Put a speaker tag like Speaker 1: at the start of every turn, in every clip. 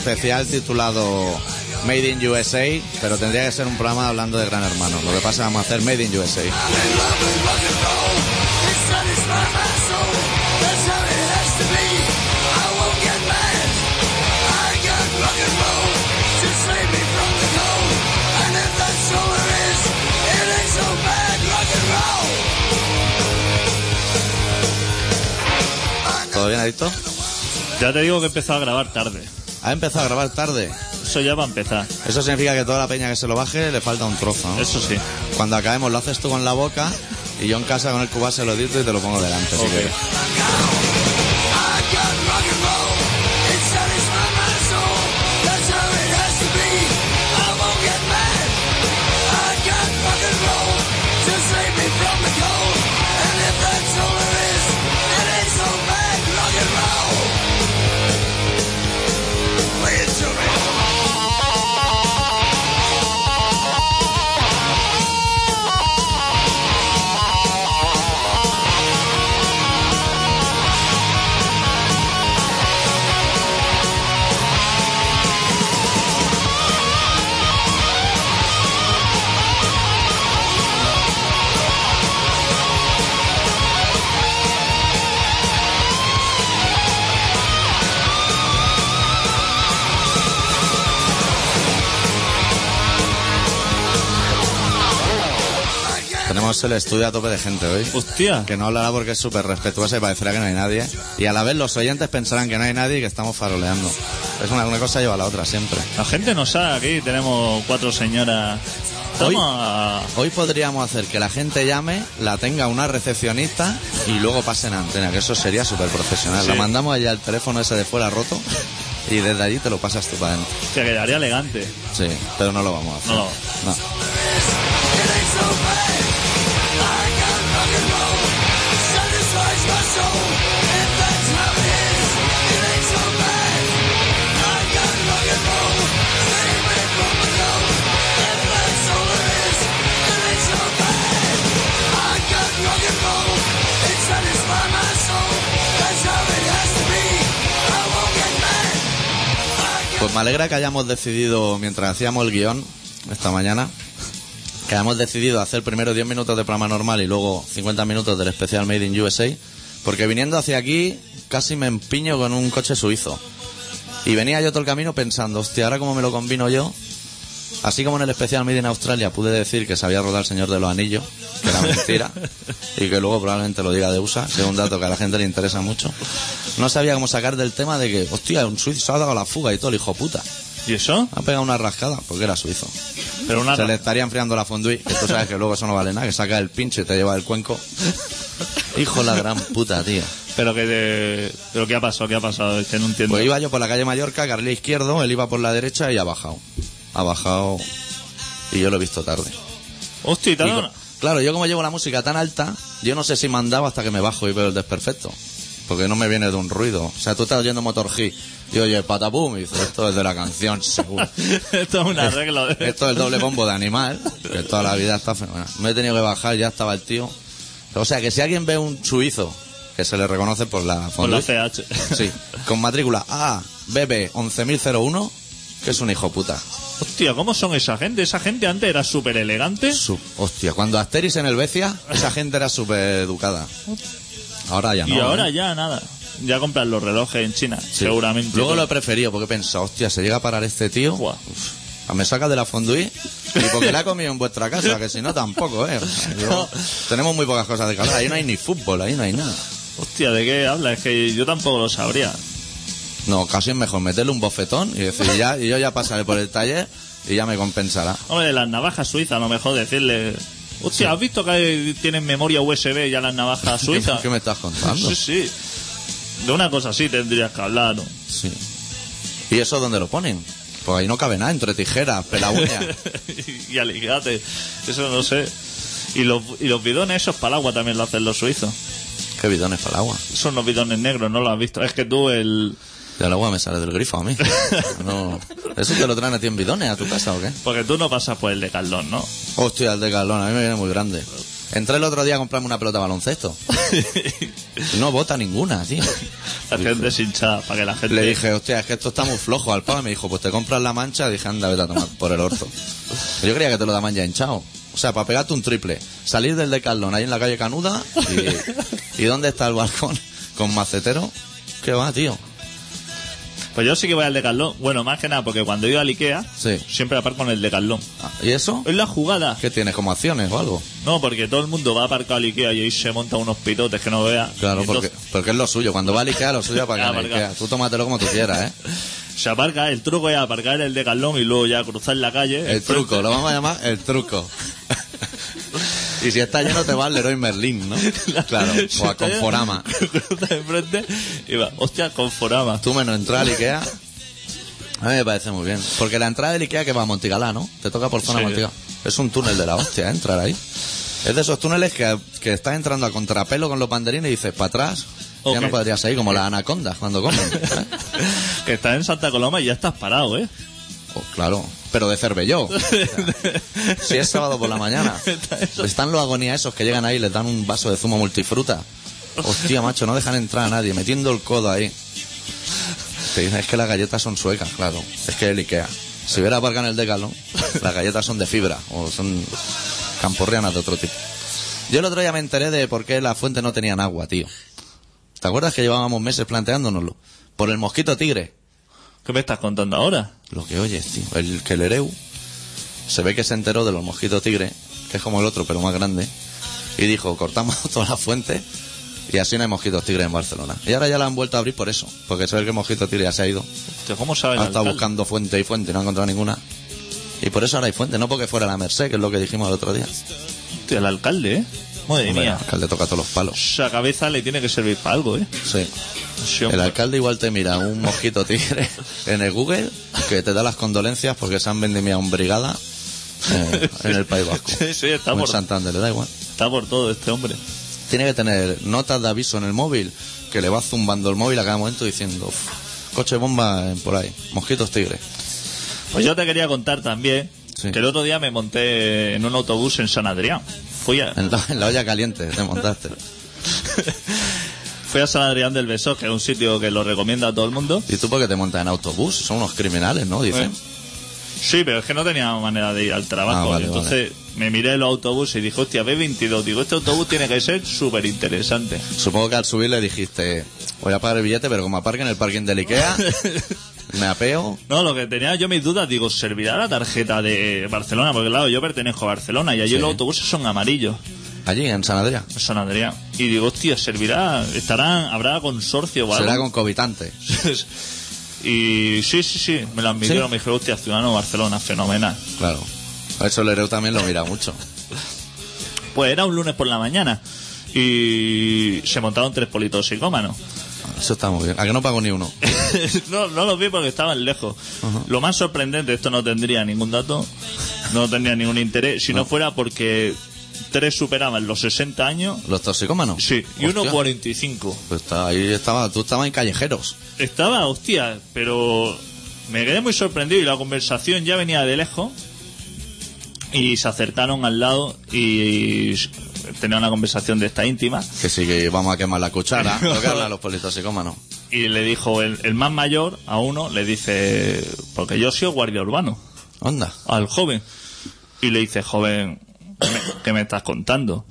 Speaker 1: especial titulado Made in USA, pero tendría que ser un programa hablando de Gran Hermano. Lo que pasa vamos a hacer Made in USA. ¿Todo bien, Adicto?
Speaker 2: Ya te digo que he empezado a grabar tarde.
Speaker 1: Ha empezado a grabar tarde.
Speaker 2: Eso ya va a empezar.
Speaker 1: Eso significa que toda la peña que se lo baje le falta un trozo. ¿no?
Speaker 2: Eso sí.
Speaker 1: Cuando acabemos lo haces tú con la boca y yo en casa con el cubá se lo edito y te lo pongo delante. si
Speaker 2: Ok.
Speaker 1: quieres. Tenemos el estudio a tope de gente hoy.
Speaker 2: Hostia.
Speaker 1: Que no hablará porque es súper respetuosa y parecerá que no hay nadie. Y a la vez los oyentes pensarán que no hay nadie y que estamos faroleando. Es una, una cosa lleva a la otra siempre.
Speaker 2: La gente no sabe aquí. Tenemos cuatro señoras.
Speaker 1: Hoy-
Speaker 2: Estamos a-
Speaker 1: Hoy podríamos hacer que la gente llame, la tenga una recepcionista y luego pasen a antena, que eso sería súper profesional.
Speaker 2: Sí.
Speaker 1: La mandamos allá al teléfono ese de fuera roto y desde allí te lo pasas tú para adentro.
Speaker 2: Te quedaría elegante.
Speaker 1: Sí, pero no lo vamos a hacer.
Speaker 2: No.
Speaker 1: No. Pues me alegra que hayamos decidido, mientras hacíamos el guión esta mañana, que hayamos decidido hacer primero 10 minutos de programa normal y luego 50 minutos del especial Made in USA, porque viniendo hacia aquí casi me empiño con un coche suizo. Y venía yo todo el camino pensando, hostia, ahora cómo me lo combino yo. Así como en el especial Made in Australia pude decir que sabía rodar el Señor de los Anillos, que era mentira, y que luego probablemente lo diga de USA, que es un dato que a la gente le interesa mucho, no sabía cómo sacar del tema de que, hostia, un suizo se ha dado la fuga y todo, el hijo puta.
Speaker 2: ¿Y eso?
Speaker 1: Ha pegado una rascada, porque era suizo.
Speaker 2: Pero una...
Speaker 1: Se le estaría enfriando la fondue, que tú sabes que luego eso no vale nada, que saca el pincho y te lleva el cuenco. Hijo de la gran puta, tío.
Speaker 2: Pero que... de- Pero ¿qué ha pasado? ¿Qué ha pasado? Es que no entiendo.
Speaker 1: Pues iba yo por la calle Mallorca, carril izquierdo, él iba por la derecha y ha bajado. Ha bajado y yo lo he visto tarde.
Speaker 2: Hostia, y te ha
Speaker 1: Y
Speaker 2: dado
Speaker 1: co-
Speaker 2: una-
Speaker 1: claro, yo como llevo la música tan alta, yo no sé si me andaba hasta que me bajo y veo el desperfecto. Porque no me viene de un ruido. O sea, tú estás oyendo Motor G. Y oye, patapum, y dices, esto es de la canción, seguro.
Speaker 2: Esto es un arreglo. de-
Speaker 1: Esto es el doble combo de animal, que toda la vida está fenomenal. Me he tenido que bajar, ya estaba el tío. O sea, que si alguien ve un suizo, que se le reconoce por la
Speaker 2: Con la
Speaker 1: fondue,
Speaker 2: CH.
Speaker 1: Sí, con matrícula A, BB 11001, que es un hijo puta.
Speaker 2: Hostia, ¿cómo son esa gente? Esa gente antes era súper elegante.
Speaker 1: Su- hostia, cuando Asteris en el Becia, esa gente era súper educada. Ahora ya no.
Speaker 2: y ahora
Speaker 1: ¿eh?
Speaker 2: ya nada. Ya compran los relojes en China,
Speaker 1: Sí.
Speaker 2: seguramente.
Speaker 1: Luego lo he preferido porque he pensado, hostia, se llega a parar este tío.
Speaker 2: Buah.
Speaker 1: Uf, me saca de la fondue y porque la ha comido en vuestra casa, que si no tampoco, ¿eh? O sea, yo- Tenemos muy pocas cosas de que hablar. Ahí no hay ni fútbol, ahí no hay nada.
Speaker 2: Hostia, ¿de qué habla? Es que yo tampoco lo sabría.
Speaker 1: No, casi es mejor meterle un bofetón y decir, ya, y yo ya pasaré por el taller y ya me compensará.
Speaker 2: Hombre, de las navajas suizas, a lo mejor decirle. Hostia, ¿has visto que hay- tienen memoria USB ya las navajas
Speaker 1: ¿Qué,
Speaker 2: suizas?
Speaker 1: qué me estás contando?
Speaker 2: sí, sí. De una cosa así tendrías que hablar, ¿no?
Speaker 1: Sí. ¿Y eso dónde lo ponen? Pues ahí no cabe nada, entre tijeras, pelaguñas.
Speaker 2: y aligate. Eso no sé. Y los, y los bidones, esos para el agua también lo hacen los suizos.
Speaker 1: qué bidones para el agua.
Speaker 2: Son los bidones negros, no lo has visto. Es que tú el.
Speaker 1: Y el agua me sale del grifo a mí. No. ¿Eso te lo traen a ti en bidones a tu casa o qué?
Speaker 2: Porque tú no pasas por el de Carlón, ¿no?
Speaker 1: Hostia, el de Carlón, a mí me viene muy grande. Entré el otro día a comprarme una pelota de baloncesto. No bota ninguna, tío.
Speaker 2: La gente es hinchada para que la gente.
Speaker 1: Le dije, hostia, es que esto está muy flojo al pavo. Y me dijo, pues te compras la mancha. Dije, anda, vete a tomar por el orto. Yo creía que te lo daban ya hinchado. O sea, para pegarte un triple, salir del Decathlon ahí en la calle Canuda y, ¿y dónde está el balcón con macetero? ¿Qué va, tío?
Speaker 2: Pues yo sí que voy al Decathlon. Bueno, más que nada, porque cuando iba al Ikea,
Speaker 1: Sí.
Speaker 2: siempre aparco en el Decathlon.
Speaker 1: Ah, ¿Y eso?
Speaker 2: Es la jugada.
Speaker 1: ¿Qué tienes? ¿Como acciones o algo?
Speaker 2: No, porque todo el mundo va aparcado al Ikea y ahí se monta unos pitotes que no vea.
Speaker 1: Claro,
Speaker 2: Y
Speaker 1: porque,
Speaker 2: entonces
Speaker 1: porque es lo suyo. Cuando va al Ikea, lo suyo para
Speaker 2: Ah,
Speaker 1: que
Speaker 2: porque-
Speaker 1: Ikea. Tú tómatelo como tú quieras, ¿eh?
Speaker 2: Se aparca, el truco es aparcar el Decathlon y luego ya cruzar la calle.
Speaker 1: El
Speaker 2: enfrente.
Speaker 1: truco, lo vamos a llamar el truco. Y si está lleno, te va al Leroy Merlin, ¿no? Claro, o a Conforama.
Speaker 2: Cruzas enfrente y va, hostia, Conforama.
Speaker 1: Tú menos entrar al Ikea. A mí me parece muy bien. Porque la entrada del Ikea que va a Montigalá, ¿no? Te toca por zona
Speaker 2: Sí.
Speaker 1: Montigalá. Es un túnel de la hostia, ¿eh? entrar ahí. Es de esos túneles que, que estás entrando a contrapelo con los banderines y dices, para atrás,
Speaker 2: Ok.
Speaker 1: ya no podrías ir como las anacondas cuando comen. ¿eh?
Speaker 2: Que estás en Santa Coloma y ya estás parado, ¿eh?
Speaker 1: Oh, claro, pero de Cervelló. O sea, si es sábado por la mañana. Están los agonía esos que llegan ahí y les dan un vaso de zumo multifruta. Hostia, macho, no dejan entrar a nadie, metiendo el codo ahí. Te dicen, es que las galletas son suecas, claro. Es que el Ikea. Si hubiera aparcado en el Decathlon, las galletas son de fibra o son camporrianas de otro tipo. Yo el otro día me enteré de por qué las fuentes no tenían agua, tío. ¿Te acuerdas que llevábamos meses planteándonoslo? Por el mosquito tigre.
Speaker 2: ¿Qué me estás contando ahora?
Speaker 1: Lo que oyes, tío. El que el Ereu se ve que se enteró de los mosquitos tigre, que es como el otro, pero más grande, y dijo, cortamos todas las fuentes y así no hay mosquitos tigre en Barcelona. Y ahora ya la han vuelto a abrir por eso, porque se ve que el mosquito tigre ya se ha ido.
Speaker 2: Hostia, ¿Cómo sabes?
Speaker 1: Han estado buscando fuente y fuente y no han encontrado ninguna. Y por eso ahora hay fuente, no porque fuera la Merced, que es lo que dijimos el otro día.
Speaker 2: el alcalde, ¿eh?
Speaker 1: Hombre,
Speaker 2: Madre
Speaker 1: el
Speaker 2: mía.
Speaker 1: alcalde toca todos los palos.
Speaker 2: Esa cabeza le tiene que servir para algo, ¿eh?
Speaker 1: Sí.
Speaker 2: Sí,
Speaker 1: El
Speaker 2: hombre.
Speaker 1: alcalde igual te mira un mosquito tigre en el Google que te da las condolencias porque se han vendimiado en brigada eh, en el País Vasco.
Speaker 2: Sí, sí, está
Speaker 1: O en
Speaker 2: por,
Speaker 1: Santander, le da igual.
Speaker 2: está por todo este hombre.
Speaker 1: Tiene que tener notas de aviso en el móvil que le va zumbando el móvil a cada momento diciendo "Uf, coche bomba en por ahí, mosquitos tigres.
Speaker 2: Pues yo te quería contar también
Speaker 1: Sí.
Speaker 2: que el otro día me monté en un autobús en San Adrián. Fui a,
Speaker 1: En la, en la olla caliente te montaste.
Speaker 2: fui a San Adrián del Besós, que es un sitio que lo recomienda a todo el mundo.
Speaker 1: ¿Y tú por qué te montas en autobús? Son unos criminales, ¿no? Dicen.
Speaker 2: Eh. Sí, pero es que no tenía manera de ir al trabajo.
Speaker 1: Ah, vale,
Speaker 2: Entonces me miré los autobuses y dije, hostia, B22. Digo, este autobús tiene que ser súper interesante.
Speaker 1: Supongo que al subir le dijiste, voy a pagar el billete, pero como aparque en el parking del Ikea, me apeo.
Speaker 2: No, lo que tenía yo mis dudas, digo, ¿servirá la tarjeta de Barcelona? Porque claro, yo pertenezco a Barcelona y allí
Speaker 1: Sí.
Speaker 2: los autobuses son amarillos,
Speaker 1: Allí, en San Adrián.
Speaker 2: en San Adrián. Y digo, hostia, ¿servirá? ¿Estarán? ¿Habrá consorcio o algo?
Speaker 1: Será concobitante.
Speaker 2: y sí, sí, sí, me lo admitieron,
Speaker 1: ¿Sí?
Speaker 2: me dijeron, hostia, Ciudadano Barcelona, fenomenal.
Speaker 1: Claro. Eso el Ereu también lo mira mucho.
Speaker 2: Pues era un lunes por la mañana y se montaron tres politos psicómanos.
Speaker 1: Eso está muy bien. ¿A que no pago ni uno?
Speaker 2: no, no los vi porque estaban lejos. Lo más sorprendente, esto no tendría ningún dato, no tendría ningún interés, si no, fuera porque tres superaban los 60 años,
Speaker 1: ¿Los toxicómanos?
Speaker 2: sí, y uno
Speaker 1: Hostia.
Speaker 2: 45.
Speaker 1: Pues está- ahí estaba, tú estabas en callejeros.
Speaker 2: Estaba, hostia, pero me quedé muy sorprendido y la conversación ya venía de lejos y se acertaron al lado y tenían una conversación de esta íntima
Speaker 1: Que sí, que vamos a quemar la cuchara. Lo que hablan los politoxicómanos.
Speaker 2: y le dijo el, el más mayor a uno, le dice, porque yo soy guardia urbano.
Speaker 1: Onda.
Speaker 2: al joven y le dice, joven, ¿qué me, qué me estás contando?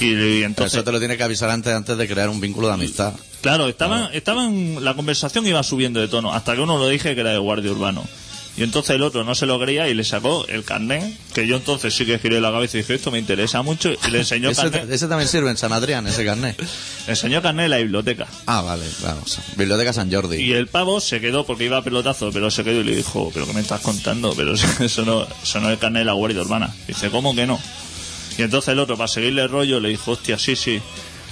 Speaker 2: Y, le- entonces,
Speaker 1: Eso te lo tiene que avisar antes, antes de crear un vínculo de amistad.
Speaker 2: claro, estaban, estaban, la conversación iba subiendo de tono, hasta que uno lo dije que era de guardia urbano. Y entonces el otro no se lo creía y le sacó el carnet, que yo entonces sí que giré la cabeza y dije, esto me interesa mucho, y le enseñó el
Speaker 1: Ese,
Speaker 2: carnet,
Speaker 1: ese también sirve en San Adrián, ese carnet.
Speaker 2: le enseñó el carnet de la biblioteca.
Speaker 1: Ah, vale, claro. o sea, Biblioteca San Jordi.
Speaker 2: Y el pavo se quedó porque iba a pelotazo, pero se quedó y le dijo, ¿pero qué me estás contando? Pero eso no, eso no es el carnet de la guardia urbana. Dice, ¿cómo que no? Y entonces el otro, para seguirle el rollo, le dijo, hostia, sí, sí.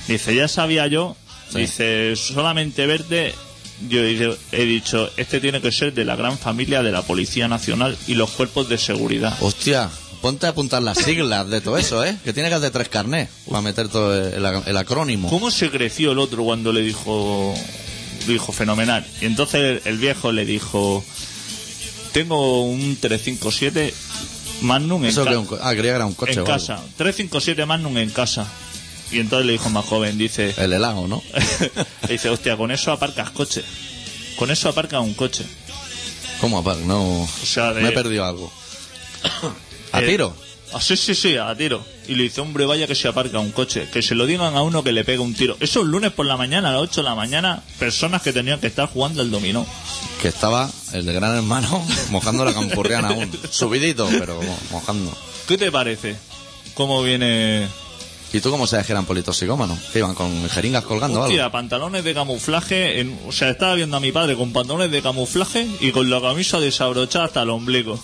Speaker 2: Dice, ya sabía yo.
Speaker 1: Sí.
Speaker 2: Dice, solamente verte. Yo he- he dicho, este tiene que ser de la gran familia de la Policía Nacional y los cuerpos de seguridad.
Speaker 1: Hostia, ponte a apuntar las siglas de todo eso, ¿eh? Que tiene que hacer tres carnets para meter todo el, el acrónimo.
Speaker 2: ¿Cómo se creció el otro cuando le dijo, le dijo fenomenal? Y entonces el, el viejo le dijo, tengo un 357 Magnum en
Speaker 1: Eso que
Speaker 2: ca-
Speaker 1: era un co- ah, creía que era un coche.
Speaker 2: en
Speaker 1: o algo.
Speaker 2: casa. 357 Magnum en casa. Y entonces le dijo más joven, dice,
Speaker 1: El helago, ¿no?
Speaker 2: le dice, hostia, con eso aparcas coche. Con eso aparcas un coche.
Speaker 1: ¿Cómo apar- No.
Speaker 2: sea, de-
Speaker 1: Me he perdido algo. ¿A
Speaker 2: Eh,
Speaker 1: tiro?
Speaker 2: Ah, sí, sí, sí, a tiro. Y le dice, hombre, vaya que se aparca un coche. Que se lo digan a uno que le pega un tiro. Eso un lunes por la mañana, a las 8 de la mañana, personas que tenían que estar jugando al dominó.
Speaker 1: Que estaba el de gran hermano mojando la campurriana aún. Subidito, pero mo- mojando.
Speaker 2: ¿Qué te parece? ¿Cómo viene...?
Speaker 1: ¿Y tú cómo sabes que eran politoxicómanos? Que iban con jeringas colgando o algo.
Speaker 2: Hostia, pantalones de camuflaje. en- o sea, estaba viendo a mi padre con pantalones de camuflaje y con la camisa desabrochada hasta el ombligo.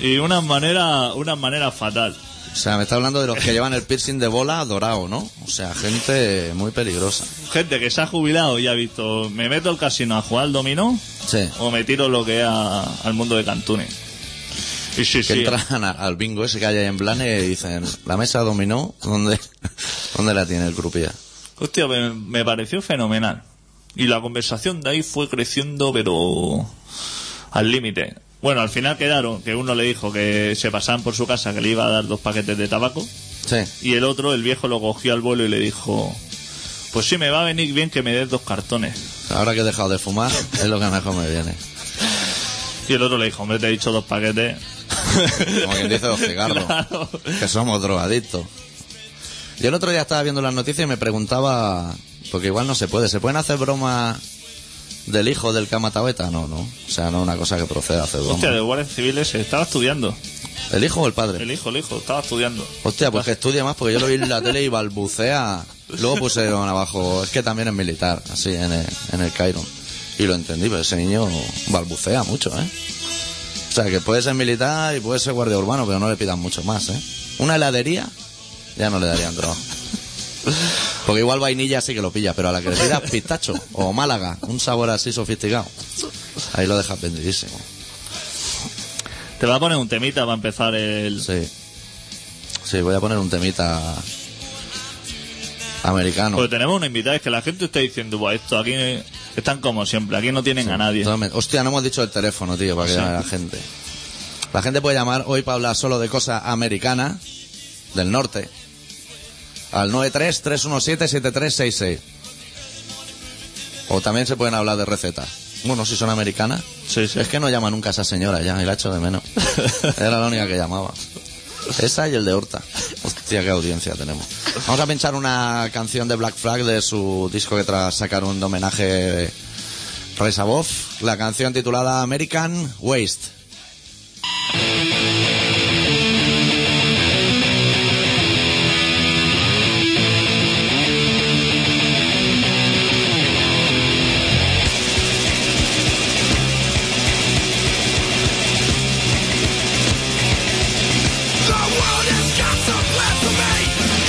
Speaker 2: Y una manera, una manera fatal.
Speaker 1: O sea, me está hablando de los que llevan el piercing de bola dorado, ¿no? O sea, gente muy peligrosa.
Speaker 2: Gente que se ha jubilado y ha visto, me meto al casino a jugar al dominó
Speaker 1: Sí.
Speaker 2: o me tiro lo que es a- al mundo de Cantunes. Y sí,
Speaker 1: Que
Speaker 2: sí.
Speaker 1: entran a- al bingo ese que hay ahí en Blanes y dicen, la mesa dominó, ¿dónde, dónde la tiene el croupier?
Speaker 2: Hostia, me, me pareció fenomenal. Y la conversación de ahí fue creciendo, pero al límite. Bueno, al final quedaron que uno le dijo que se pasaban por su casa, que le iba a dar dos paquetes de tabaco.
Speaker 1: Sí.
Speaker 2: Y el otro, el viejo, lo cogió al vuelo y le dijo: Pues sí, me va a venir bien que me des dos cartones.
Speaker 1: Ahora que he dejado de fumar, es lo que mejor me viene.
Speaker 2: Y el otro le dijo: Hombre, te he dicho dos paquetes.
Speaker 1: Como quien dice los cigarros.
Speaker 2: Claro.
Speaker 1: Que somos drogadictos. Yo el otro día estaba viendo las noticias y me preguntaba, porque igual no se puede, ¿se pueden hacer bromas del hijo del Camatahueta? No, no. O sea, no es una cosa que proceda hacer bromas.
Speaker 2: Hostia, de guardias civiles estaba estudiando.
Speaker 1: ¿El hijo o el padre?
Speaker 2: El hijo, el hijo, estaba estudiando.
Speaker 1: Hostia, pues que estudie más, porque yo lo vi en la tele y balbucea. Luego puse abajo, es que también es militar, así, en el, en el Cairo. Y lo entendí, pero ese niño balbucea mucho, ¿eh? O sea, que puede ser militar y puede ser guardia urbano, pero no le pidan mucho más, ¿eh? Una heladería, ya no le darían droga. Porque igual vainilla sí que lo pilla, pero a la que le pidas pistacho o Málaga, un sabor así sofisticado, ahí lo dejas vendidísimo.
Speaker 2: Te va a poner un temita para empezar el.
Speaker 1: Sí. Sí, voy a poner un temita americano.
Speaker 2: Porque tenemos una invitada, es que la gente está diciendo, "Buah, esto aquí están como siempre, aquí no tienen a nadie.
Speaker 1: Totalmente. Hostia, no hemos dicho el teléfono, tío, para que
Speaker 2: Sí.
Speaker 1: llame la gente. La gente puede llamar hoy para hablar solo de cosas americanas del norte al 93-317-7366. O también se pueden hablar de recetas. Bueno, si son americanas.
Speaker 2: Sí, sí.
Speaker 1: Es que no llama nunca a esa señora ya, y la echo de menos. Era la única que llamaba. Esa y el de Horta. Hostia, qué audiencia tenemos. Vamos a pinchar una canción de Black Flag de su disco que tras sacar un homenaje Rey Saboff. La canción titulada American Waste.
Speaker 3: The world has got some blasphemy.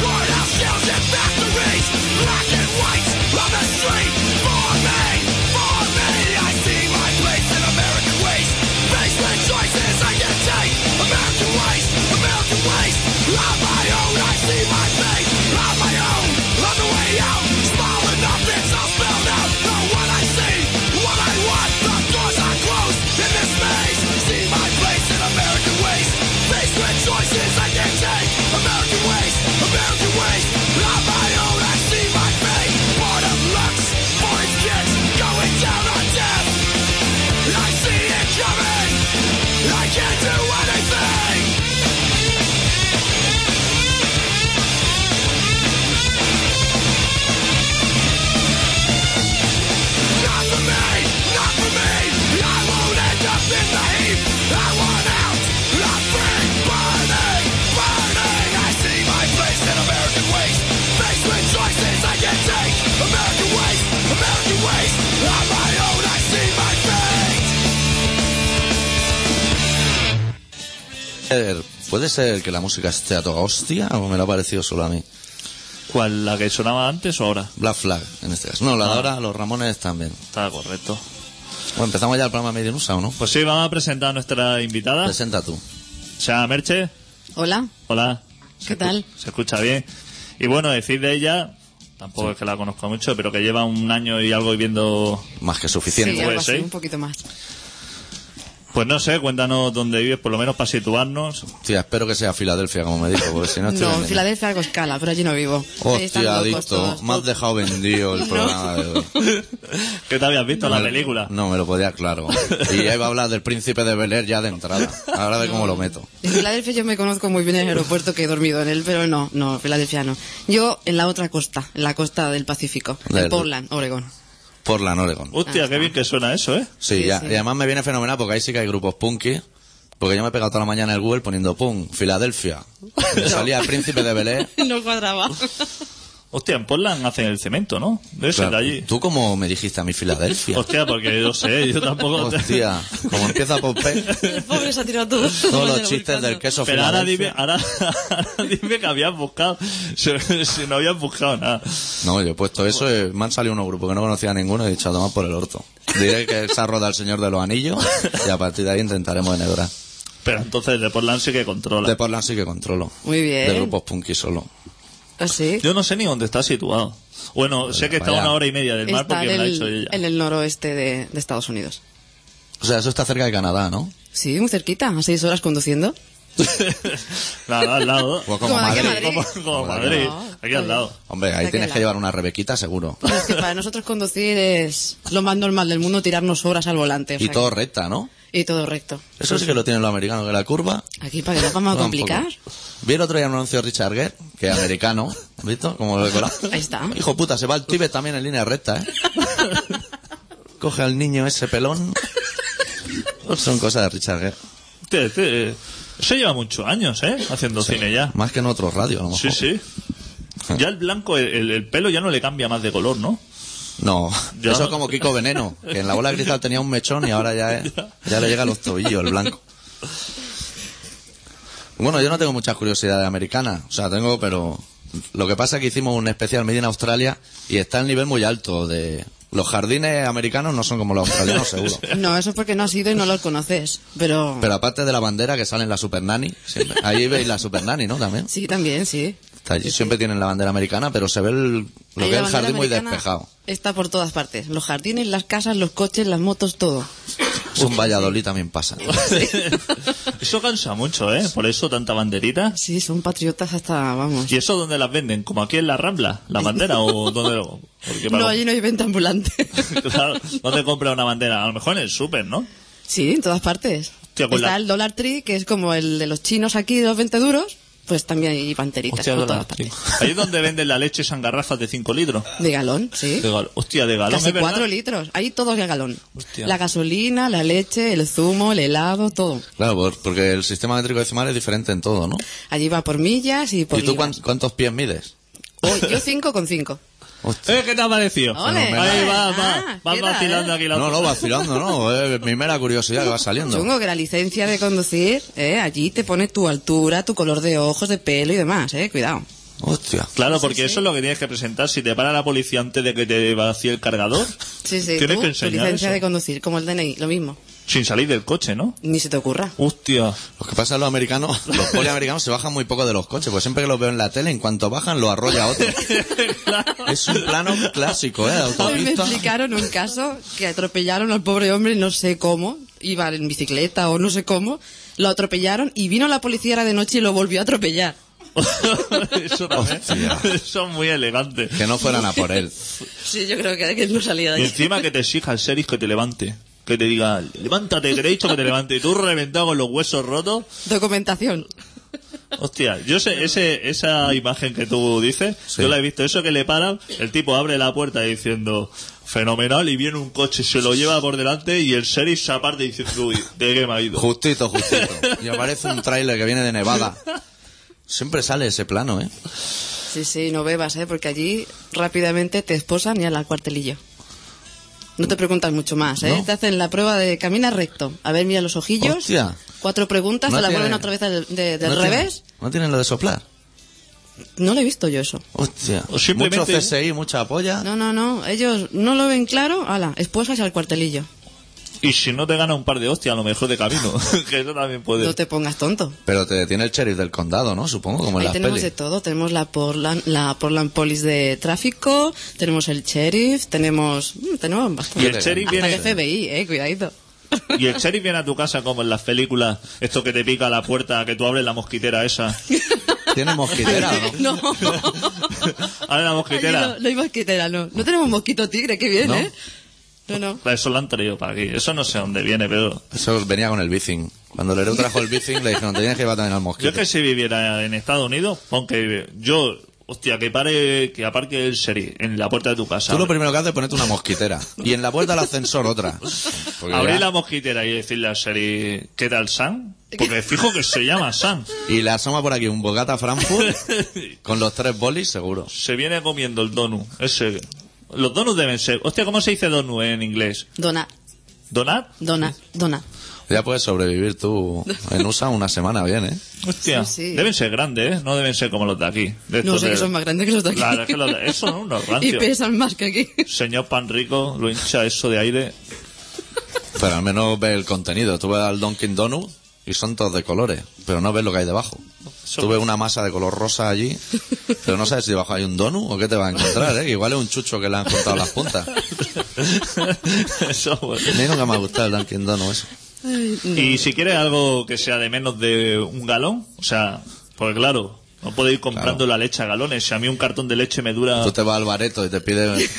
Speaker 3: Courthouse shells and factories, black and white on the street. For me, for me, I see my place in American waste. Face the choices I can take. American waste, American waste. On my own, I see my face. On my own, on the way out. Small enough, it's all spelled out. Know what I see, what I want. The doors are closed in this maze. See my place in American waste. Faced with choices I can't take. American waste, American waste. On my own, I see my fate. Born of looks, for its kids, going down on death. I see it coming. I can't do anything. Not for me, not for me. I won't end up in the heap. I want out. I'm free. Burning, burning. I see my face in American waste. Faced with choices I can take. American waste, American waste. On my own, I see my fate.
Speaker 1: Eh, ¿Puede ser que la música esté a toda hostia o me lo ha parecido solo a mí?
Speaker 2: ¿Cuál? ¿La que sonaba antes o ahora?
Speaker 1: Black Flag, en este caso. No, la de ahora, los Ramones también.
Speaker 2: Está correcto.
Speaker 1: Bueno, empezamos ya el programa Medinusa, ¿o no?
Speaker 2: Pues sí, vamos a presentar a nuestra invitada.
Speaker 1: Presenta tú.
Speaker 2: O sea, Merche,
Speaker 4: Hola,
Speaker 2: hola.
Speaker 4: ¿Qué
Speaker 2: escu-
Speaker 4: tal?
Speaker 2: Se escucha bien. Y bueno, decir de ella, tampoco es que la conozco mucho, pero que lleva un año y algo viviendo...
Speaker 1: Más que
Speaker 4: sí,
Speaker 1: suficiente.
Speaker 2: puede
Speaker 4: algo así,
Speaker 2: ser.
Speaker 4: un poquito más.
Speaker 2: Pues no sé, cuéntanos dónde vives, por lo menos para situarnos.
Speaker 1: Tía, espero que sea Filadelfia, como me dijo, porque si no estoy
Speaker 4: No, en
Speaker 1: vendiendo.
Speaker 4: Filadelfia hago escala, pero allí no vivo. Ahí
Speaker 1: Hostia,
Speaker 4: están locos
Speaker 1: adicto.
Speaker 4: todos.
Speaker 1: Me has dejado vendido el programa de hoy.
Speaker 2: ¿Qué te habías visto en la
Speaker 1: Me-
Speaker 2: película?
Speaker 1: No, me lo podía, claro. Y ahí va a hablar del príncipe de Bel Air ya de entrada. Ahora de cómo lo meto.
Speaker 4: En Filadelfia yo me conozco muy bien el aeropuerto que he dormido en él, pero no, no, Filadelfia no. Yo en la otra costa, en la costa del Pacífico,
Speaker 1: Del-
Speaker 4: en Portland, Oregón.
Speaker 1: Portland, Oregon.
Speaker 2: Hostia, qué bien que suena eso, ¿eh?
Speaker 1: Sí,
Speaker 4: sí,
Speaker 1: ya.
Speaker 4: sí.
Speaker 1: Y además me viene fenomenal porque ahí sí que hay grupos punky. Porque yo me he pegado toda la mañana en el Google poniendo punk, Filadelfia. Me salía el príncipe de Bel Air.
Speaker 4: No cuadraba.
Speaker 2: Hostia, en Portland hacen el cemento, ¿no? Debe ser de
Speaker 1: Claro,
Speaker 2: allí.
Speaker 1: Tú como me dijiste a mi Filadelfia.
Speaker 2: Hostia, porque yo sé, yo tampoco...
Speaker 1: Hostia, como empieza por P,
Speaker 4: El pobre se ha tirado todo.
Speaker 1: todos los chistes del queso
Speaker 2: Pero ahora
Speaker 1: Filadelfia.
Speaker 2: dime, ahora, ahora dime que habías buscado, si, si no habías buscado nada.
Speaker 1: No, yo he puesto eso, eh, me han salido unos grupos que no conocía a ninguno y he dicho, a tomar por el orto. Diré que esa roda el señor de los anillos y a partir de ahí intentaremos enhebrar.
Speaker 2: Pero entonces de Portland sí que controla.
Speaker 1: De Portland sí que controlo.
Speaker 4: Muy bien.
Speaker 1: De grupos punky solo.
Speaker 4: ¿Ah, sí?
Speaker 2: Yo no sé ni dónde está situado. Bueno, sé que está a
Speaker 1: vaya.
Speaker 2: una hora y media del mar
Speaker 4: Está
Speaker 2: porque me
Speaker 4: en
Speaker 2: la ha hecho
Speaker 4: el,
Speaker 2: ella.
Speaker 4: en el noroeste de, de Estados Unidos.
Speaker 1: O sea, eso está cerca de Canadá, ¿no?
Speaker 4: Sí, muy cerquita, a seis horas conduciendo.
Speaker 2: Nada, al lado.
Speaker 1: Pues
Speaker 4: Como aquí en Madrid.
Speaker 2: Como, como Madrid,
Speaker 4: No,
Speaker 2: aquí al lado.
Speaker 1: Hombre, ahí
Speaker 4: Está
Speaker 1: tienes
Speaker 4: que
Speaker 1: que
Speaker 4: la-
Speaker 1: llevar una rebequita seguro.
Speaker 4: Pero es que para nosotros conducir es lo más normal del mundo, tirarnos horas al volante. o
Speaker 1: Y
Speaker 4: sea
Speaker 1: todo
Speaker 4: que-
Speaker 1: recta, ¿no?
Speaker 4: y todo recto.
Speaker 1: Eso sí que lo tienen los americanos, que la curva...
Speaker 4: Aquí para que nos vamos a
Speaker 1: tampoco.
Speaker 4: complicar.
Speaker 1: Vi el otro día un anuncio de Richard Gere, que es americano, ¿has visto? Como lo he colado.
Speaker 4: Ahí está.
Speaker 1: Ah, Hijo puta, se va al Tíbet también en línea recta, ¿eh? Coge al niño ese pelón. Son cosas de Richard Gere.
Speaker 2: Te- te- se Este, lleva muchos años, ¿eh? Haciendo cine ya.
Speaker 1: Más que en otros radios, a lo mejor.
Speaker 2: Sí, sí. Ya el blanco, el, el pelo ya no le cambia más de color, ¿no?
Speaker 1: No,
Speaker 2: Ya.
Speaker 1: eso es como Kiko Veneno, que en la bola de cristal tenía un mechón y ahora ya, es- ya le llega a los tobillos el blanco. Bueno, yo no tengo muchas curiosidades americanas, o sea, tengo, pero lo que pasa es que hicimos un especial Made in Australia y está el nivel muy alto de... Los jardines americanos no son como los australianos, seguro.
Speaker 4: No, eso es porque no has ido y no los conoces. Pero,
Speaker 1: Pero aparte de la bandera que sale en la Super Nanny, siempre- ahí veis la Super Nanny, ¿no? También.
Speaker 4: sí, también, sí.
Speaker 1: Está allí, siempre tienen la bandera americana, pero se ve el- lo que
Speaker 4: Ahí la
Speaker 1: es el
Speaker 4: bandera
Speaker 1: jardín muy
Speaker 4: americana
Speaker 1: despejado.
Speaker 4: Está por todas partes. Los jardines, las casas, los coches, las motos, todo.
Speaker 1: Eso en Valladolid también pasa.
Speaker 2: Eso cansa mucho, ¿eh? Por eso tanta banderita.
Speaker 4: Sí, son patriotas hasta, vamos.
Speaker 2: ¿Y eso dónde las venden? ¿Como aquí en la Rambla? ¿La bandera o dónde lo...? Porque para-
Speaker 4: No, allí no hay venta ambulante.
Speaker 2: Claro, ¿dónde compra una bandera? A lo mejor en el súper, ¿no?
Speaker 4: Sí, en todas partes.
Speaker 2: Hostia, con
Speaker 4: Está
Speaker 2: la-
Speaker 4: el Dollar Tree, que es como el de los chinos aquí, de los 20 duros. Pues también hay panteritas
Speaker 2: Hostia,
Speaker 4: por
Speaker 2: dólar,
Speaker 4: todas partes.
Speaker 2: tío. Ahí es donde venden la leche esas garrafas de 5 litros.
Speaker 4: De galón, sí.
Speaker 2: De gal- Hostia, de galón,
Speaker 4: Casi
Speaker 2: ¿es verdad?
Speaker 4: cuatro litros. Ahí todo es de galón.
Speaker 2: Hostia.
Speaker 4: La gasolina, la leche, el zumo, el helado, todo.
Speaker 1: Claro, por- porque el sistema métrico decimal es diferente en todo, ¿no?
Speaker 4: Allí va por millas y por
Speaker 1: ¿Y tú
Speaker 4: libras.
Speaker 1: cuán- cuántos pies mides?
Speaker 4: Oh, yo cinco con cinco.
Speaker 1: Hostia.
Speaker 2: Eh, ¿Qué te ha parecido?
Speaker 4: Ole,
Speaker 2: Ahí
Speaker 4: ole,
Speaker 2: va,
Speaker 4: ah,
Speaker 2: va, va
Speaker 4: ¿qué tal,
Speaker 2: vacilando
Speaker 4: eh?
Speaker 2: aquí la
Speaker 1: No,
Speaker 2: otra.
Speaker 1: no, vacilando, no. Es mi mera curiosidad que va saliendo.
Speaker 4: Chungo, que la licencia de conducir, eh, allí te pone tu altura, tu color de ojos, de pelo y demás, eh, cuidado.
Speaker 1: Hostia.
Speaker 2: Claro, porque eso es lo que tienes que presentar. Si te para la policía antes de que te vacíe el cargador,
Speaker 4: Sí, sí,
Speaker 2: tienes
Speaker 4: tú,
Speaker 2: que
Speaker 4: tu
Speaker 2: enseñar
Speaker 4: licencia
Speaker 2: eso.
Speaker 4: de conducir, como el DNI, lo mismo.
Speaker 2: Sin salir del coche, ¿no?
Speaker 4: Ni se te ocurra.
Speaker 2: Hostia.
Speaker 1: Lo que pasa es que los americanos, los poliamericanos se bajan muy poco de los coches, pues siempre que los veo en la tele, en cuanto bajan, lo arrolla otro. Es un plano clásico, ¿eh? De
Speaker 4: Ay, Me
Speaker 1: autopista.
Speaker 4: explicaron un caso que atropellaron al pobre hombre, no sé cómo, iba en bicicleta o no sé cómo, lo atropellaron y vino la policía era de noche y lo volvió a atropellar.
Speaker 2: eso también.
Speaker 1: Hostia.
Speaker 2: Eso es muy elegante.
Speaker 1: Que no fueran a por él.
Speaker 4: Sí, yo creo que, que él no salía de
Speaker 2: Y
Speaker 4: allí.
Speaker 2: encima que te exija el seris que te levante. Que te diga, levántate, que te he dicho que te levante. Y tú reventado con los huesos rotos.
Speaker 4: Documentación.
Speaker 2: Hostia, yo sé, ese, esa imagen que tú dices,
Speaker 1: Sí.
Speaker 2: yo la he visto. Eso que le paran, el tipo abre la puerta diciendo, fenomenal, y viene un coche, se lo lleva por delante y el seris se aparte diciendo, uy, ¿de qué me ha ido?
Speaker 1: Justito, justito. Y aparece un tráiler que viene de Nevada. Siempre sale ese plano, ¿eh?
Speaker 4: Sí, sí, no bebas, ¿eh? porque allí rápidamente te esposan y al cuartelillo. No te preguntan mucho más, ¿eh?
Speaker 1: No.
Speaker 4: Te hacen la prueba de camina recto. A ver, mira los ojillos.
Speaker 1: Hostia.
Speaker 4: Cuatro preguntas,
Speaker 1: No
Speaker 4: te la
Speaker 1: tiene-
Speaker 4: vuelven otra vez al- de- del
Speaker 1: ¿No tienen-
Speaker 4: revés.
Speaker 1: ¿No tienen lo de soplar?
Speaker 4: No lo he visto yo eso.
Speaker 1: Hostia.
Speaker 2: O simplemente-
Speaker 1: Mucho CSI, mucha polla.
Speaker 4: No, no, no. Ellos no lo ven claro. Ala, esposas al cuartelillo.
Speaker 2: Y si no te gana un par de hostias, a lo mejor de camino. que eso también puede.
Speaker 4: No te pongas tonto.
Speaker 1: Pero te detiene el sheriff del condado, ¿no? Supongo, como en
Speaker 4: Ahí
Speaker 1: las
Speaker 4: tenemos
Speaker 1: pelis.
Speaker 4: de todo. Tenemos la Portland, la Portland Police de tráfico, tenemos el sheriff, tenemos... mm, tenemos
Speaker 2: Y
Speaker 4: bastante.
Speaker 2: el sheriff
Speaker 4: Hasta el
Speaker 2: viene.
Speaker 4: FBI, ¿eh? Cuidadito.
Speaker 2: Y el sheriff viene a tu casa como en las películas, esto que te pica la puerta, que tú abres la mosquitera esa.
Speaker 1: Tiene mosquitera, o ¿no?
Speaker 4: No.
Speaker 2: Abre la
Speaker 4: Allí
Speaker 2: mosquitera.
Speaker 4: No, no hay mosquitera, no. No tenemos mosquito tigre, qué bien,
Speaker 1: ¿No?
Speaker 4: ¿eh? No, no.
Speaker 2: Claro, Pues Eso lo han traído para aquí. Eso no sé dónde viene, pero...
Speaker 1: Eso venía con el bicing. Cuando Lereu trajo el bicing, le dijeron, te tienes que llevar también al
Speaker 2: Yo
Speaker 1: mosquito.
Speaker 2: es que si viviera en Estados Unidos, aunque yo... Hostia, que pare, que aparque el sheriff en la puerta de tu casa.
Speaker 1: Tú lo primero que haces es ponerte una mosquitera. Y en la puerta del ascensor otra. Porque
Speaker 2: Abrir
Speaker 1: ya-
Speaker 2: la mosquitera y decirle al sheriff, ¿qué tal, Sam? Porque fijo que se llama Sam.
Speaker 1: Y le asoma por aquí un bocata Frankfurt con los tres bolis, seguro.
Speaker 2: Se viene comiendo el donut. Ese. Los donuts deben ser. Hostia, ¿cómo se dice donut en inglés?
Speaker 4: Dona,
Speaker 2: ¿Donut?
Speaker 4: dona, dona.
Speaker 1: Ya puedes sobrevivir tú en USA una semana bien, ¿eh?
Speaker 2: Hostia.
Speaker 4: Sí, sí.
Speaker 2: Deben ser grandes, ¿eh? No deben ser como los de aquí. De
Speaker 4: No
Speaker 2: estos
Speaker 4: sé
Speaker 2: de-
Speaker 4: que son más grandes que los de aquí.
Speaker 2: Claro, es que los de... esos son unos
Speaker 4: y
Speaker 2: rancios.
Speaker 4: pesan más que aquí.
Speaker 2: Señor pan rico, lo hincha eso de aire.
Speaker 1: Pero al menos ves el contenido. Tú ves al Dunkin' Donuts y son todos de colores, pero no ves lo que hay debajo.
Speaker 2: Eso-
Speaker 1: Tú ves una masa de color rosa allí, pero no sabes si debajo hay un donut o qué te vas a encontrar, ¿eh? Que Igual es un chucho que le han cortado las puntas.
Speaker 2: Eso, bueno.
Speaker 1: A mí nunca me ha gustado el Dunkin' Donuts. ese.
Speaker 2: Y si quieres algo que sea de menos de un galón, o sea, porque claro, no puedo ir comprando la leche a galones. Si a mí un cartón de leche me
Speaker 4: Ah.
Speaker 2: dura.
Speaker 1: Tú te vas al bareto y te pides...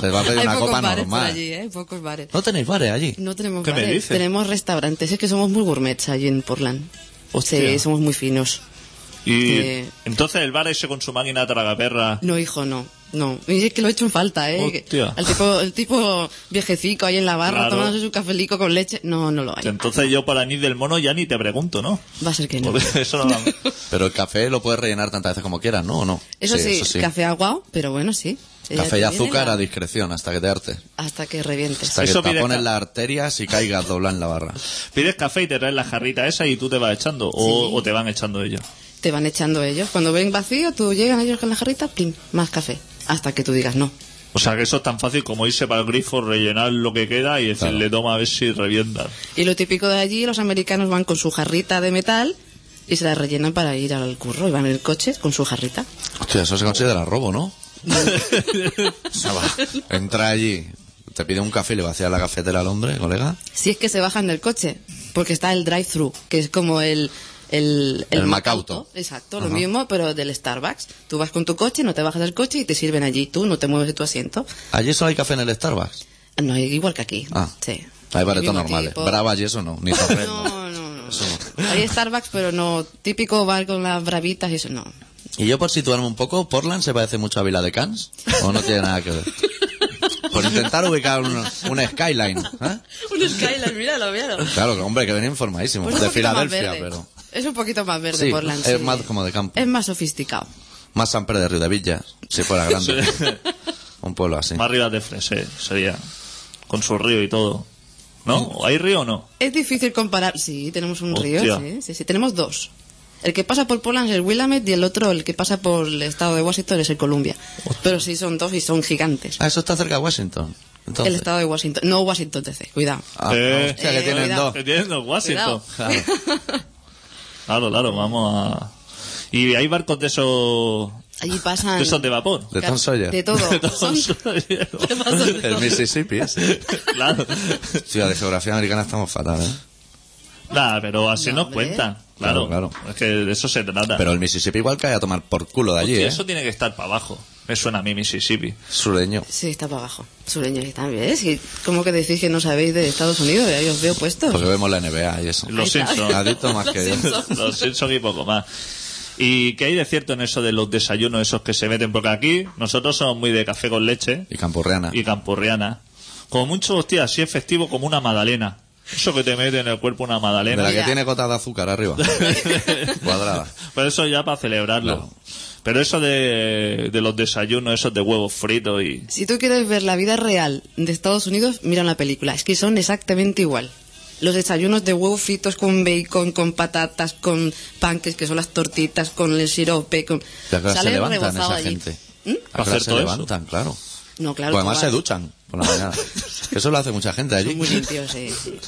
Speaker 1: Te va a pedir
Speaker 4: Hay
Speaker 1: una
Speaker 4: pocos
Speaker 1: copa
Speaker 4: bares por
Speaker 1: normal.
Speaker 4: allí, ¿eh? Hay pocos bares.
Speaker 1: ¿No tenéis bares allí?
Speaker 4: No tenemos
Speaker 2: ¿Qué me
Speaker 4: bares,
Speaker 2: dices?
Speaker 4: tenemos restaurantes. Es que somos muy gourmets allí en Portland.
Speaker 2: Hostia.
Speaker 4: Sí, somos muy finos.
Speaker 2: Y
Speaker 4: Eh.
Speaker 2: entonces el bar ese con su máquina tragaperra.
Speaker 4: No, hijo, no. No, y es que lo he hecho en falta, ¿eh?
Speaker 2: Hostia.
Speaker 4: El tipo, el tipo viejecico ahí en la barra
Speaker 2: Claro.
Speaker 4: tomándose su cafelico con leche. No, no lo hay.
Speaker 2: Entonces yo para mí del mono ya ni te pregunto, ¿no?
Speaker 4: Va a ser que no.
Speaker 2: Porque eso no va-
Speaker 1: Pero el café lo puedes rellenar tantas veces como quieras, ¿no? ¿O no?
Speaker 4: Eso sí, café aguado, pero bueno, sí. Ella
Speaker 1: Café y
Speaker 4: te
Speaker 1: azúcar
Speaker 4: viene la-
Speaker 1: a discreción hasta que te harte.
Speaker 4: Hasta que revientes.
Speaker 1: Hasta
Speaker 2: Eso
Speaker 1: que
Speaker 2: pide
Speaker 1: tapones
Speaker 2: ca-
Speaker 1: las arterias y caigas doblada en la barra.
Speaker 2: Pides café y te traes la jarrita esa y tú te vas echando. O, o te van echando ellos.
Speaker 4: Te van echando ellos. Cuando ven vacío, tú llegan ellos con la jarrita, plim, más café. Hasta que tú digas no.
Speaker 2: O sea que eso es tan fácil como irse para el grifo, rellenar lo que queda y decirle toma a ver si revientan.
Speaker 4: Y lo típico de allí, los americanos van con su jarrita de metal y se la rellenan para ir al curro. Y van en el coche con su jarrita.
Speaker 1: Hostia, eso se considera robo, ¿no? O sea, va, entra allí, te pide un café y le vacías la cafetera al hombre, colega.
Speaker 4: Si es que se bajan del coche, porque está el drive-thru, que es como el... El,
Speaker 1: El Macauto.
Speaker 4: Exacto, lo mismo, pero del Starbucks. Tú vas con tu coche, no te bajas del coche y te sirven allí. Tú no te mueves de tu asiento.
Speaker 1: Allí solo hay café en el Starbucks.
Speaker 4: No, igual que aquí.
Speaker 1: Ah.
Speaker 4: Sí.
Speaker 1: Hay baretos
Speaker 4: Mismo
Speaker 1: normales.
Speaker 4: tipo.
Speaker 1: Brava y eso no, ni torres, no.
Speaker 4: No, no, no. Hay Starbucks, pero no. Típico bar con las bravitas y eso, no.
Speaker 1: Y yo por situarme un poco, Portland se parece mucho a Vila de Cans, o no tiene nada que ver. Por intentar ubicar un, un skyline. ¿eh?
Speaker 4: Un Skyline, mira, lo vieron.
Speaker 1: Claro, que, hombre, que venía informadísimo.
Speaker 4: Pues
Speaker 1: de Filadelfia, pero.
Speaker 4: Es un poquito más verde
Speaker 1: Sí,
Speaker 4: Portland.
Speaker 1: es
Speaker 4: sí.
Speaker 1: más como de campo.
Speaker 4: Es más sofisticado.
Speaker 1: Más San Pedro de Río de Villa, si fuera grande. un pueblo así.
Speaker 2: Más arriba de Fresé sería. Con su río y todo. ¿No? ¿Hay río o no?
Speaker 4: Es difícil comparar. Sí, tenemos un
Speaker 2: Hostia.
Speaker 4: río, sí, sí, sí. Tenemos dos. El que pasa por Portland es el Willamette y el otro, el que pasa por el estado de Washington, es el Columbia. Pero sí, son dos y son gigantes.
Speaker 1: Ah, eso está cerca de Washington. Entonces.
Speaker 4: El estado de Washington. No Washington DC, cuidado.
Speaker 1: Ah,
Speaker 2: Eh,
Speaker 1: hostia, que
Speaker 4: eh,
Speaker 1: tienen
Speaker 4: cuidado.
Speaker 1: dos.
Speaker 2: Que tienen los Washington.
Speaker 4: Cuidado.
Speaker 1: Claro.
Speaker 2: Claro, claro, vamos a. Y hay barcos de esos.
Speaker 4: Allí pasan.
Speaker 2: de esos de vapor.
Speaker 1: Ah, De Tom Sawyer.
Speaker 4: De todo. Son- ¿Qué pasa?
Speaker 1: El Mississippi, ese.
Speaker 2: claro.
Speaker 1: Tío, de geografía americana estamos fatal, ¿eh?
Speaker 2: Nah, pero así
Speaker 4: No,
Speaker 2: nos
Speaker 4: hombre.
Speaker 2: cuentan. Claro,
Speaker 1: Claro,
Speaker 2: claro,
Speaker 1: claro.
Speaker 2: Es que de eso se trata.
Speaker 1: Pero el Mississippi igual cae a tomar por culo de allí,
Speaker 2: Hostia,
Speaker 1: ¿eh?
Speaker 2: Eso tiene que estar para abajo. Me suena a mí Mississippi.
Speaker 1: Sureño.
Speaker 4: Sí, está para abajo. Sureños están bien. ¿sí? ¿Cómo que decís que no sabéis de Estados Unidos? Ahí os veo puestos.
Speaker 1: Porque vemos la NBA y eso.
Speaker 2: Los
Speaker 4: Ahí está.
Speaker 2: Simpsons.
Speaker 1: Adicto más
Speaker 4: Los
Speaker 1: que yo.
Speaker 4: Simpsons.
Speaker 2: Los Simpsons y poco más. ¿Y qué hay de cierto en eso de los desayunos esos que se meten? Porque aquí nosotros somos muy de café con leche
Speaker 1: Y Campurriana.
Speaker 2: y campurriana. Como mucho, hostia, así es festivo como una magdalena. Eso que te mete en el cuerpo una
Speaker 1: De la
Speaker 2: magdalena.
Speaker 1: que
Speaker 4: Mira.
Speaker 1: tiene gotas de azúcar arriba. Cuadrada.
Speaker 2: Pero eso ya para celebrarlo.
Speaker 1: Claro.
Speaker 2: Pero eso de, de los desayunos, esos de huevos fritos y...
Speaker 4: Si tú quieres ver la vida real de Estados Unidos, mira una película. Es que son exactamente igual. Los desayunos de huevos fritos con bacon, con patatas, con panques, que son las tortitas, con el sirope, con...
Speaker 1: ¿Y a qué hora se
Speaker 4: Sale
Speaker 1: levantan
Speaker 4: rebozado
Speaker 1: esa
Speaker 4: allí.
Speaker 1: gente?
Speaker 4: ¿Mm?
Speaker 1: ¿A qué
Speaker 2: Hacer
Speaker 1: hora se
Speaker 2: todo eso.
Speaker 1: levantan? Claro.
Speaker 4: No, claro.
Speaker 1: Pues además se
Speaker 4: chaval.
Speaker 1: duchan por la mañana. Que Eso lo hace mucha gente allí.
Speaker 4: Son muy limpios, eh. Son-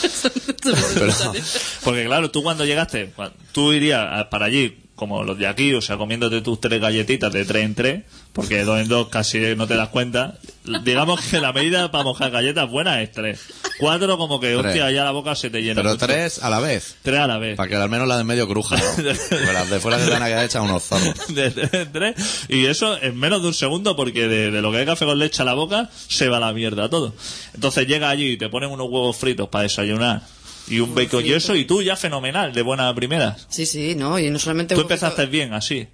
Speaker 4: son muy
Speaker 1: Pero-
Speaker 4: brutales.
Speaker 2: Porque claro, tú cuando llegaste, cua- tú irías a- para allí como los de aquí, o sea, comiéndote tus tres galletitas de tres en tres, porque de dos en dos casi no te das cuenta. Digamos que la medida para mojar galletas buenas es tres. Cuatro como que,
Speaker 1: Tres.
Speaker 2: hostia, ya la boca se te llena.
Speaker 1: Pero
Speaker 2: mucho.
Speaker 1: tres a la vez.
Speaker 2: Tres a la vez.
Speaker 1: Para que al menos la de en medio cruja, ¿no? Porque las de fuera se te van a quedar hechas unos zorros.
Speaker 2: de tres en tres, y eso en menos de un segundo porque de, de lo que hay café con leche a la boca se va la mierda todo entonces llega allí y te ponen unos huevos fritos para desayunar y un bacon y eso y tú ya fenomenal de buena primera
Speaker 4: Sí, sí, no, y no solamente...
Speaker 2: tú
Speaker 4: un poquito-
Speaker 2: empezaste bien así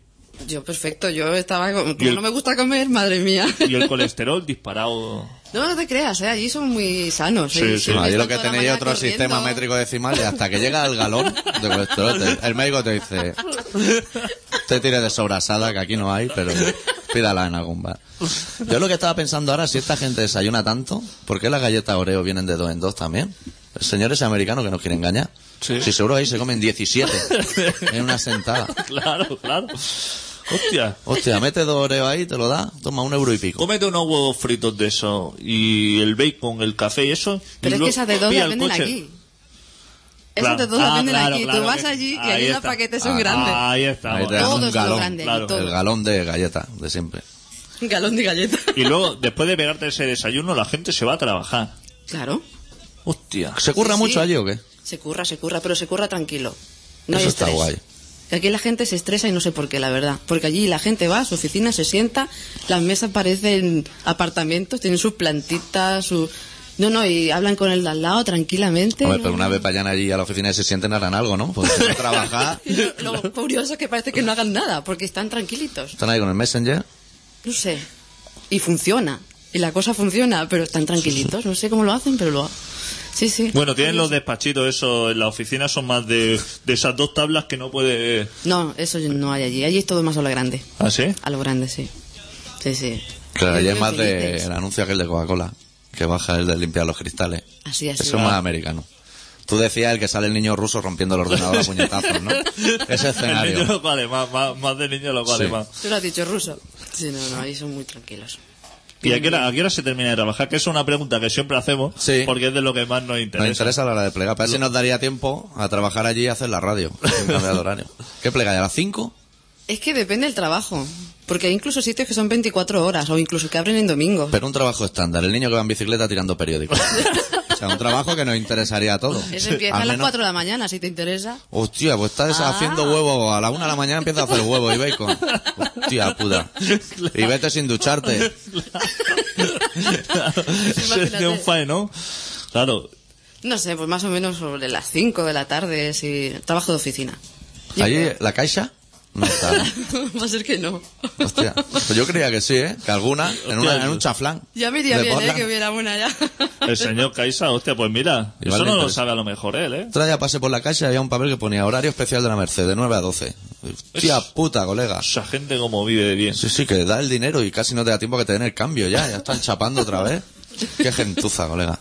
Speaker 4: Yo perfecto, yo estaba... con- Como
Speaker 2: el-
Speaker 4: no me gusta comer, madre mía.
Speaker 2: y el colesterol disparado
Speaker 4: No, no te creas, ¿eh? allí son muy sanos. ¿eh?
Speaker 2: Sí, sí.
Speaker 4: Siempre
Speaker 1: No, allí lo
Speaker 4: están
Speaker 1: que
Speaker 4: toda la
Speaker 1: tenéis es
Speaker 4: mañana
Speaker 1: otro sistema
Speaker 4: corriendo.
Speaker 1: métrico decimal y hasta que llega el galón de colesterol, te- el médico te dice, te tire de sobrasada, que aquí no hay, pero pídala en algún bar. Yo lo que estaba pensando ahora, si esta gente desayuna tanto, ¿por qué las galletas Oreo vienen de dos en dos también? El señor ese americano que nos quiere engañar.
Speaker 2: Sí.
Speaker 1: Si seguro ahí se comen 17 en una sentada.
Speaker 2: claro claro hostia
Speaker 1: Hostia, mete dos Oreo ahí, te lo da, toma un euro y pico.
Speaker 2: Cómete unos huevos fritos de eso y el bacon, el café y eso. y
Speaker 4: Pero es
Speaker 2: luego
Speaker 4: que esas de dos
Speaker 2: pilla
Speaker 4: las
Speaker 2: el
Speaker 4: venden
Speaker 2: coche.
Speaker 4: aquí.
Speaker 2: Claro.
Speaker 4: Esas de dos
Speaker 2: Ah,
Speaker 4: las venden
Speaker 2: claro,
Speaker 4: aquí. Tú
Speaker 2: claro
Speaker 4: vas
Speaker 2: que-
Speaker 4: allí y
Speaker 2: ahí
Speaker 4: allí los
Speaker 2: está.
Speaker 4: paquetes son
Speaker 1: Ah,
Speaker 4: grandes.
Speaker 2: Ahí está.
Speaker 1: Ahí te dan
Speaker 4: Todos
Speaker 1: un
Speaker 4: los
Speaker 1: galón,
Speaker 4: grandes,
Speaker 2: claro.
Speaker 4: todos.
Speaker 1: el galón de galletas, de siempre.
Speaker 4: Un galón de galletas.
Speaker 2: Y luego, después de pegarte ese desayuno, la gente se va a trabajar.
Speaker 4: Claro.
Speaker 2: Hostia.
Speaker 1: ¿Se curra
Speaker 4: Sí, sí.
Speaker 1: mucho allí o qué?
Speaker 4: Se curra, se curra, pero se curra tranquilo. No hay
Speaker 1: Eso está
Speaker 4: estrés.
Speaker 1: guay.
Speaker 4: Que Aquí la gente se estresa y no sé por qué, la verdad. Porque allí la gente va a su oficina, se sienta, las mesas parecen apartamentos, tienen sus plantitas, su... No, no, y hablan con el de al lado tranquilamente.
Speaker 1: Hombre, pero una vez vayan allí a la oficina y se sienten harán algo, ¿no? Porque si no trabajar,
Speaker 4: Y Lo, lo curioso es que parece que no hagan nada, porque están tranquilitos.
Speaker 1: están ahí con el Messenger.
Speaker 4: No sé. Y funciona. Y la cosa funciona, pero están tranquilitos. No sé cómo lo hacen, pero lo hacen. Sí, sí.
Speaker 2: Bueno, tienen los despachitos, eso en la oficina son más de, de esas dos tablas que no puede.
Speaker 4: No, eso no hay allí. Allí es todo más a lo grande.
Speaker 2: ¿Ah, sí?
Speaker 4: A lo grande, sí. Sí, sí.
Speaker 1: Claro, y es
Speaker 4: Muy
Speaker 1: más de
Speaker 4: felices.
Speaker 1: el anuncio aquel de Coca-Cola, que baja el de limpiar los cristales.
Speaker 4: Así, así.
Speaker 1: Eso es más americano. Tú decías el que sale el niño ruso rompiendo el ordenador a puñetazos, ¿no? Ese
Speaker 2: El niño
Speaker 1: escenario.
Speaker 2: lo vale más, más, más de niño lo vale
Speaker 1: Sí.
Speaker 2: más.
Speaker 4: Tú lo has dicho ruso. Sí, no, no, ahí son muy tranquilos.
Speaker 2: ¿Y a qué, hora, a qué hora se termina de trabajar? Que es una pregunta que siempre hacemos,
Speaker 1: Sí.
Speaker 2: porque es de lo que más nos interesa.
Speaker 1: Nos interesa la hora de plegar. Para ver si nos daría tiempo a trabajar allí y hacer la radio. sin cambiar de horario. ¿Qué plegáis? ¿A las 5?
Speaker 4: Es que depende del trabajo. Porque hay incluso sitios que son 24 horas o incluso que abren en domingo.
Speaker 1: Pero un trabajo estándar. El niño que va en bicicleta tirando periódicos. O sea, un trabajo que nos interesaría a todos.
Speaker 4: Eso empieza
Speaker 1: Al
Speaker 4: a las
Speaker 1: menos-
Speaker 4: 4 de la mañana, si te interesa.
Speaker 1: Hostia, pues estás
Speaker 4: Ah.
Speaker 1: haciendo huevo. A la una de la mañana empiezas a hacer huevo y bacon. Hostia puta. Y vete sin ducharte.
Speaker 2: es de un fae, ¿no? Claro.
Speaker 4: No sé, pues más o menos sobre las 5 de la tarde, si trabajo de oficina. Yo
Speaker 1: ¿Allí
Speaker 4: creo.
Speaker 1: la caixa? No está. ¿no?
Speaker 4: Va a ser que no.
Speaker 1: Hostia. Pues yo creía que sí, ¿eh? Que alguna, en, una- en un chaflán.
Speaker 4: Ya me iría
Speaker 1: de
Speaker 4: bien, ¿eh?
Speaker 1: Portland.
Speaker 4: Que hubiera una ya.
Speaker 2: El señor Caixa, hostia, pues mira,
Speaker 1: Igual le
Speaker 2: eso no lo
Speaker 1: interesa.
Speaker 2: sabe a lo mejor él, ¿eh?
Speaker 1: Otra día pasé por la caixa y había un papel que ponía horario especial de la Merced, de 9 a 12. Hostia puta, colega.
Speaker 2: Esa gente como vive de bien.
Speaker 1: Sí, sí, que da el dinero y casi no te da tiempo que te den el cambio ya. Ya están chapando otra vez. Qué gentuza, colega.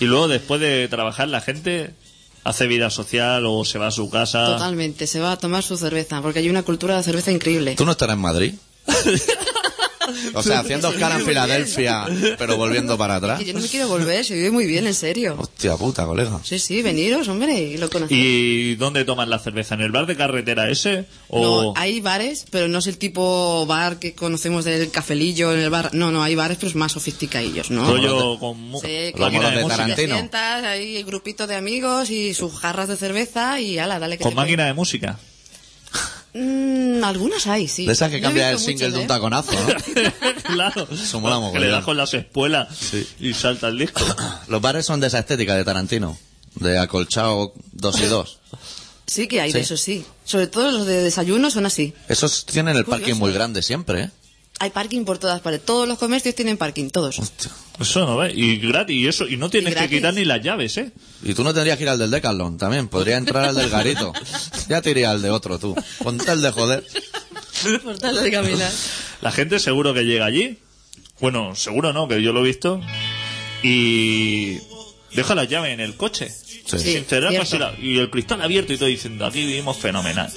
Speaker 2: Y luego después de trabajar la gente hace vida social o se va a su
Speaker 1: Ah.
Speaker 2: casa.
Speaker 4: Totalmente, se va a tomar su cerveza, porque hay una cultura de cerveza increíble.
Speaker 1: ¿Tú no estarás en Madrid? O sea, haciendo cara en Filadelfia, pero volviendo para atrás.
Speaker 4: Que yo no me quiero volver, se vive muy bien, en serio.
Speaker 1: Hostia puta, colega.
Speaker 4: Sí, sí, veniros, hombre, y lo conocéis.
Speaker 2: ¿Y dónde toman la cerveza? ¿En el bar de carretera ese? ¿O
Speaker 4: No, hay bares, pero no es el tipo bar que conocemos del cafelillo en el bar. No, no, hay bares, pero es más sofisticadillos, ¿no?
Speaker 2: rollo con mu-
Speaker 4: Sí,
Speaker 1: Los
Speaker 2: máquina
Speaker 1: monos
Speaker 2: de
Speaker 1: de
Speaker 2: música?
Speaker 1: Tarantino.
Speaker 4: Te sientas, ahí el grupito de amigos y sus jarras de cerveza y ala, dale que
Speaker 2: ¿Con
Speaker 4: te
Speaker 2: máquina de música?
Speaker 4: Mm, algunas hay, sí.
Speaker 1: De esas que
Speaker 4: No he
Speaker 1: cambia el
Speaker 4: visto
Speaker 1: single
Speaker 4: muchas,
Speaker 1: de un
Speaker 4: ¿eh?
Speaker 1: taconazo, ¿no?
Speaker 2: claro.
Speaker 1: Eso mola
Speaker 2: que le
Speaker 1: mogollón.
Speaker 2: das con las espuelas y salta el disco.
Speaker 1: Los bares son de esa estética de Tarantino. De acolchado dos y dos.
Speaker 4: Sí que hay, de
Speaker 1: Sí.
Speaker 4: eso sí. Sobre todo los de desayuno son así.
Speaker 1: Esos tienen el parking
Speaker 4: Curioso.
Speaker 1: muy grande siempre, ¿eh?
Speaker 4: Hay parking por todas partes. Todos los comercios tienen parking, todos.
Speaker 1: Hostia.
Speaker 2: Eso no ves. Y gratis. Y eso. Y no tienes que
Speaker 4: gratis.
Speaker 2: quitar ni las llaves, ¿eh?
Speaker 1: Y tú no tendrías que ir al del Decathlon también. Podría entrar al del Garito. Ya te iría al de otro tú. Con tal de joder.
Speaker 4: por tal de caminar.
Speaker 2: La gente seguro que llega allí. Bueno, seguro no, que yo lo he visto. Y deja la llave en el coche. Sin cerrar
Speaker 4: cierto.
Speaker 2: casi la- y el cristal abierto y todo diciendo, aquí vivimos fenomenal.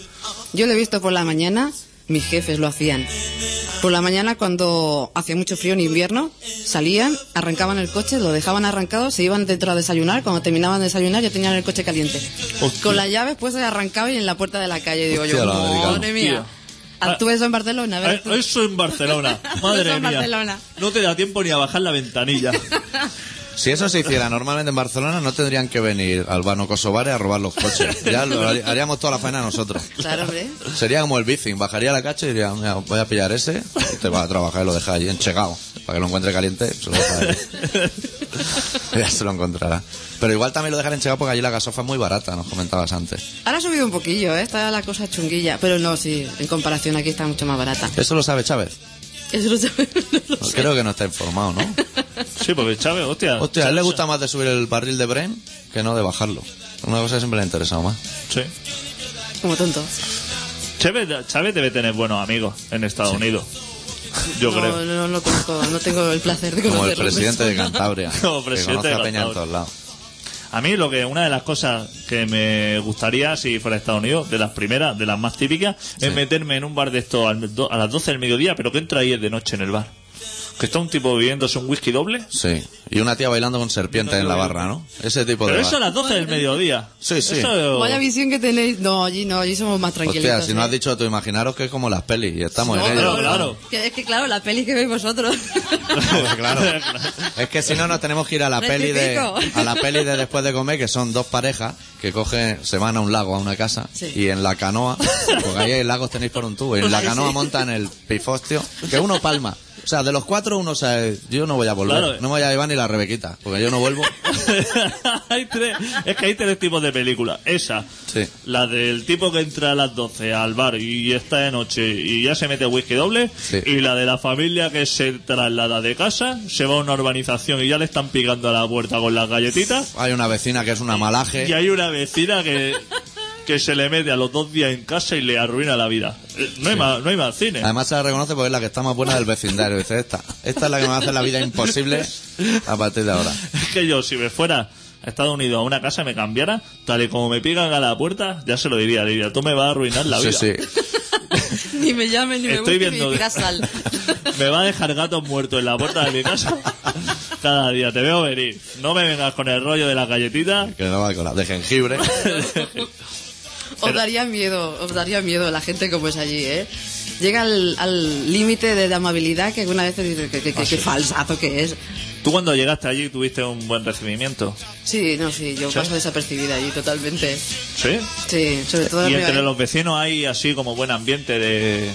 Speaker 4: Yo lo he visto por la mañana mis jefes lo hacían. Por la mañana, cuando hacía mucho frío en invierno, salían, arrancaban el coche, lo dejaban arrancado, se iban dentro a desayunar. Cuando terminaban de desayunar, ya tenían el coche caliente.
Speaker 1: Hostia.
Speaker 4: Con las llaves pues se arrancaba y en la puerta de la calle. Digo
Speaker 1: Hostia,
Speaker 4: yo,
Speaker 1: lo americano.
Speaker 4: madre mía.
Speaker 2: Hostia.
Speaker 4: Actúe eso en Barcelona, a ver.
Speaker 2: Eh, Eso en Barcelona, madre
Speaker 4: Eso en
Speaker 2: mía.
Speaker 4: Barcelona.
Speaker 2: No te da tiempo ni a bajar la ventanilla.
Speaker 1: Si eso se hiciera normalmente en Barcelona, no tendrían que venir al Bano Kosovare a robar los coches. Ya lo hari- haríamos toda la faena nosotros.
Speaker 4: Claro, hombre.
Speaker 1: Sería como el bicing, bajaría la cacha y diría, "Mira, voy a pillar ese, y te vas a trabajar y lo dejas allí en Chegao, para que lo encuentre caliente, se lo deja ahí. ya se lo encontrará. Pero igual también lo dejan en Chegao porque allí la gasofa es muy barata, nos comentabas antes.
Speaker 4: Ahora ha subido un poquillo, ¿eh? está la cosa chunguilla. Pero no, sí, en comparación aquí está mucho más barata.
Speaker 1: Eso lo sabe Chávez. Pues
Speaker 4: Eso lo sabe- no lo sé.
Speaker 1: Creo que no está informado, ¿no?
Speaker 2: Sí, porque Chávez, hostia.
Speaker 1: Hostia, a él le gusta más de subir el barril de Bren que no de bajarlo. Una cosa que siempre le ha interesado más.
Speaker 2: Sí.
Speaker 4: Como tonto.
Speaker 2: Chávez, Chávez debe tener buenos amigos en Estados Unidos. Yo
Speaker 4: no,
Speaker 2: creo.
Speaker 4: no, no, lo conozco, no tengo el placer de conocerlo.
Speaker 1: Como el
Speaker 4: en
Speaker 1: presidente de
Speaker 4: persona.
Speaker 1: Cantabria.
Speaker 2: Como
Speaker 1: que
Speaker 2: presidente
Speaker 1: conoce
Speaker 2: de
Speaker 1: a Peña en
Speaker 2: Cantabria.
Speaker 1: todos lados.
Speaker 2: A mí lo que una de las cosas que me gustaría si fuera a Estados Unidos, de las primeras, de las más típicas, es meterme en un bar de estos al do- a las 12 del mediodía, pero que entra ahí de noche en el bar. Que está un tipo bebiéndose un whisky doble.
Speaker 1: Sí. Y una tía bailando con serpientes en la barra, ¿no? Ese tipo de
Speaker 2: Pero
Speaker 1: bar.
Speaker 2: eso a las 12 del mediodía.
Speaker 1: Sí, sí.
Speaker 2: Eso-
Speaker 4: Vaya visión que tenéis. No, allí no, allí somos más ¿eh? tranquilos.
Speaker 1: Hostia, si no has dicho tú, imaginaros que es como las pelis y estamos
Speaker 4: No,
Speaker 1: en
Speaker 4: pero
Speaker 1: ello.
Speaker 2: claro.
Speaker 4: Que es que claro, la peli que veis vosotros.
Speaker 1: Joder, claro. Es que si no nos tenemos que ir a la peli de
Speaker 4: Rectifico.
Speaker 1: a la peli de después de comer, que son dos parejas que cogen, se van a un lago, a una casa,
Speaker 4: Sí.
Speaker 1: y en la canoa, porque ahí hay lagos tenéis por un tubo, y en la
Speaker 4: Ahí
Speaker 1: canoa
Speaker 4: sí.
Speaker 1: montan el pifostio, que uno palma. O sea, de los cuatro uno sabe, yo no voy a volver,
Speaker 2: Claro.
Speaker 1: no me voy a llevar ni la Rebequita, porque yo no vuelvo.
Speaker 2: hay tres, es que hay tres tipos de películas. Esa,
Speaker 1: Sí.
Speaker 2: la del tipo que entra a las 12 al bar y está de noche y ya se mete whisky doble.
Speaker 1: Sí.
Speaker 2: Y la de la familia que se traslada de casa, se va a una urbanización y ya le están picando a la puerta con las galletitas.
Speaker 1: Hay una vecina que es una malaje.
Speaker 2: Y hay una vecina que, que se le mete a los dos días en casa y le arruina la vida. Eh, No hay, más, no hay más cine.
Speaker 1: Además se la reconoce porque es la que está más buena del vecindario. Dice, esta, esta es la que me hace la vida imposible a partir de ahora.
Speaker 2: Es que yo, si me fuera a Estados Unidos a una casa y me cambiara, tal y como me pican a la puerta, ya se lo diría, le diría, tú me vas a arruinar la vida.
Speaker 1: Sí, sí.
Speaker 4: ni me llamen, ni
Speaker 2: Estoy
Speaker 4: me busquen,
Speaker 2: viendo
Speaker 4: ni
Speaker 2: que-
Speaker 4: tiras sal.
Speaker 2: Me va a dejar gatos muertos en la puerta de mi casa cada día. Te veo venir. No me vengas con el rollo de las galletitas.
Speaker 1: Que no va con la de jengibre.
Speaker 4: Os daría miedo, os daría miedo la gente como es allí, ¿eh? Llega al- al límite de, de amabilidad que alguna vez dices que, que, que- que falsazo que es.
Speaker 2: Tú cuando llegaste allí tuviste un buen recibimiento.
Speaker 4: Sí, no, sí, yo paso desapercibida allí totalmente.
Speaker 2: ¿Sí?
Speaker 4: Sí, sobre todo
Speaker 2: Y
Speaker 4: arriba,
Speaker 2: entre
Speaker 4: ¿eh?
Speaker 2: los vecinos hay así como buen ambiente de...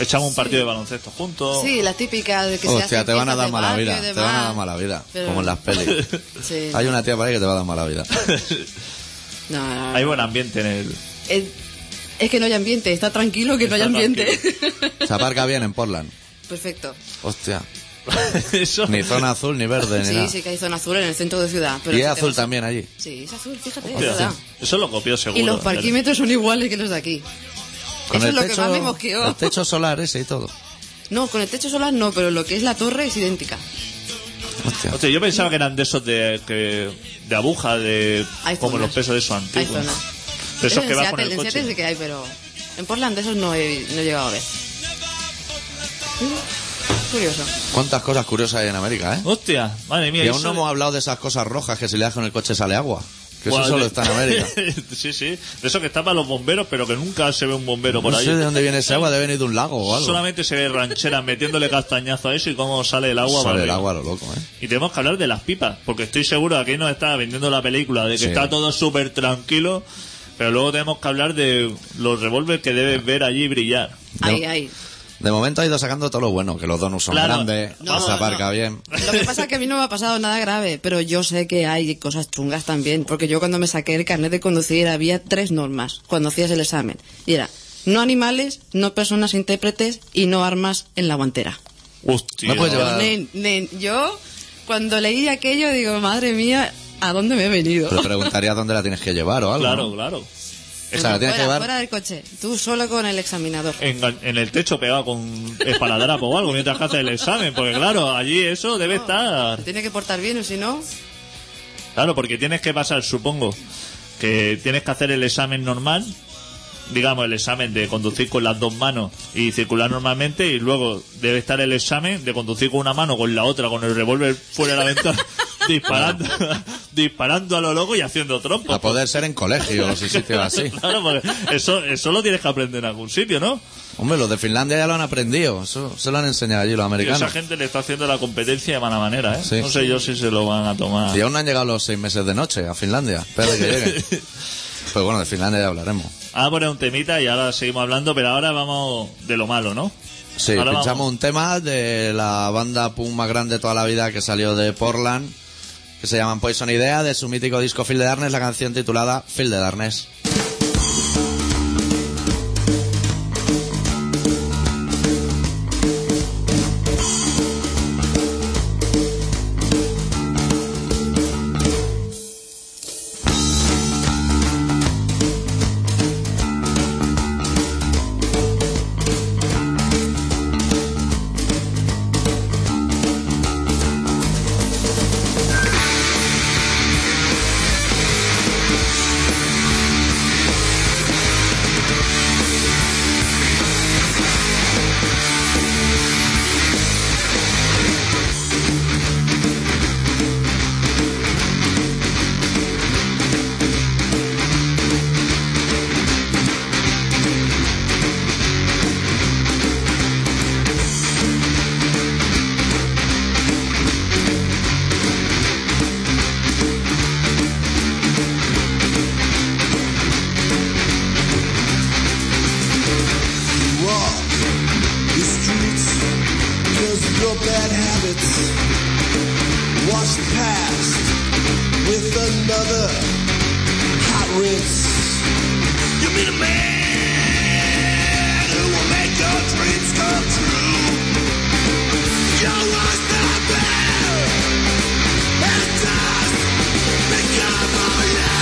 Speaker 2: Echamos un partido de baloncesto juntos.
Speaker 4: Sí, la típica de que se
Speaker 1: Hostia,
Speaker 4: hacen
Speaker 1: te van a
Speaker 4: fiestas
Speaker 1: dar
Speaker 4: de
Speaker 1: mala
Speaker 4: barrio
Speaker 1: vida.
Speaker 4: y
Speaker 1: Te
Speaker 4: demás.
Speaker 1: van a dar mala vida.
Speaker 4: Pero-
Speaker 1: Como en las pelis.
Speaker 4: Sí,
Speaker 1: Hay una tía para ahí que te va a dar mala vida.
Speaker 4: no, no, no.
Speaker 2: Hay buen ambiente en el...
Speaker 4: Es, es que no hay ambiente, está tranquilo que no hay
Speaker 2: Está
Speaker 4: ambiente.
Speaker 1: Se aparca bien en Portland.
Speaker 4: Perfecto.
Speaker 1: Hostia.
Speaker 2: Eso.
Speaker 1: Ni zona azul, ni verde, ni
Speaker 4: Sí,
Speaker 1: nada.
Speaker 4: sí que hay zona azul en el centro de ciudad. Pero
Speaker 1: y es
Speaker 4: si te
Speaker 1: azul
Speaker 4: vas-
Speaker 1: también allí.
Speaker 4: Sí, es azul, fíjate, es
Speaker 2: Hostia,
Speaker 4: verdad.
Speaker 2: Eso lo copió seguro.
Speaker 4: Y los parquímetros son iguales que los de aquí.
Speaker 1: Con
Speaker 4: Eso
Speaker 1: el
Speaker 4: es lo
Speaker 1: techo,
Speaker 4: que más me mosqueó.
Speaker 1: El techo solar ese y todo.
Speaker 4: No, con el techo solar no, pero lo que es la torre es idéntica.
Speaker 1: Hostia.
Speaker 2: Hostia, yo pensaba que eran de esos de, que, de aguja, de
Speaker 4: Hay
Speaker 2: como
Speaker 4: zonas.
Speaker 2: los pesos de esos
Speaker 4: Hay
Speaker 2: antiguos.
Speaker 4: zonas.
Speaker 2: De
Speaker 4: Eso
Speaker 2: esos
Speaker 4: en
Speaker 2: que vas con
Speaker 4: Seattle,
Speaker 2: el
Speaker 4: en Seattle sí
Speaker 2: coche.
Speaker 4: que hay, pero en Portland de esos no he, no he llegado a ver. Mm, Curioso.
Speaker 1: Cuántas cosas curiosas hay en América, ¿eh?
Speaker 2: Hostia, madre mía.
Speaker 1: Y
Speaker 2: eso-
Speaker 1: aún no hemos hablado de esas cosas rojas que si le das con el coche sale agua. Que eso
Speaker 2: Guau,
Speaker 1: solo
Speaker 2: de-
Speaker 1: está en América.
Speaker 2: sí, sí. De eso que está para los bomberos, pero que nunca se ve un bombero por
Speaker 1: No
Speaker 2: ahí.
Speaker 1: sé de dónde viene ese agua, debe venir de un lago o algo.
Speaker 2: Solamente se ve rancheras metiéndole castañazo a eso y cómo sale el agua. para
Speaker 1: Sale el
Speaker 2: arriba.
Speaker 1: agua a lo loco, ¿eh?
Speaker 2: Y tenemos que hablar de las pipas, porque estoy seguro que aquí nos está vendiendo la película de que
Speaker 1: Sí.
Speaker 2: está todo súper tranquilo, pero luego tenemos que hablar de los revólveres que debes ver allí brillar.
Speaker 4: Ahí, ahí.
Speaker 1: De momento ha ido sacando todo lo bueno, que los donuts son
Speaker 2: Claro.
Speaker 1: grandes,
Speaker 4: No,
Speaker 1: se aparca
Speaker 4: no.
Speaker 1: bien.
Speaker 4: Lo que pasa es que a mí no me ha pasado nada grave, pero yo sé que hay cosas chungas también, porque yo cuando me saqué el carnet de conducir había tres normas cuando hacías el examen. Y era, no animales, no personas intérpretes y no armas en la guantera.
Speaker 2: Hostia.
Speaker 1: No puedes llevar- Claro.
Speaker 4: Nen, nen, yo cuando leí aquello digo, madre mía, ¿a dónde me he venido?
Speaker 1: Te preguntaría dónde la tienes que llevar o algo.
Speaker 2: Claro,
Speaker 1: ¿no?
Speaker 2: claro.
Speaker 1: O sea, la tienes que
Speaker 4: fuera,
Speaker 1: llevar.
Speaker 4: fuera del coche, tú solo con el examinador.
Speaker 2: en, en el techo pegado con esparadrapo o algo mientras que haces el examen, porque claro, allí eso debe estar.
Speaker 4: Se tiene que portar bien o si no,
Speaker 2: Claro, porque tienes que pasar, supongo, que tienes que hacer el examen normal, digamos, el examen de conducir con las dos manos y circular normalmente y luego debe estar el examen de conducir con una mano, con la otra, con el revólver fuera de la ventana, disparando, disparando a lo loco y haciendo trompos.
Speaker 1: A poder ser en colegios y sitios así.
Speaker 2: Claro, porque eso, eso lo tienes que aprender en algún sitio, ¿no?
Speaker 1: Hombre, los de Finlandia ya lo han aprendido. Eso se lo han enseñado allí los
Speaker 2: Y esa
Speaker 1: americanos.
Speaker 2: gente le está haciendo la competencia de mala manera, ¿eh?
Speaker 1: Sí.
Speaker 2: No sé yo si se lo van a tomar.
Speaker 1: Y aún no han llegado los seis meses de noche a Finlandia. Espérate que lleguen. Pero bueno, de Finlandia ya hablaremos.
Speaker 2: Ahora poner un temita y ahora seguimos hablando, pero ahora vamos de lo malo, ¿no?
Speaker 1: Sí,
Speaker 2: Ahora
Speaker 1: pinchamos
Speaker 2: vamos.
Speaker 1: un tema de la banda punk más grande de toda la vida que salió de Portland, que se llaman Poison Idea, de su mítico disco Phil de Darkness, la canción titulada Phil de Darkness.
Speaker 5: walk the streets because of your bad habits. Wash the past with another hot rinse.
Speaker 3: You meet a man who will make your dreams come true. You was nothing, and just become all you.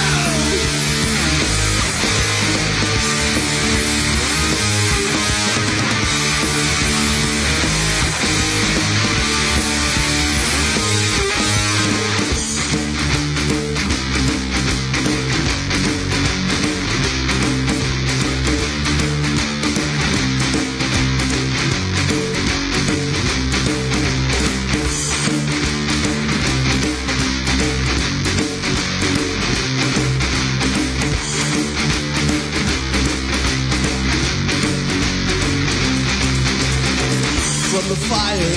Speaker 5: From the fire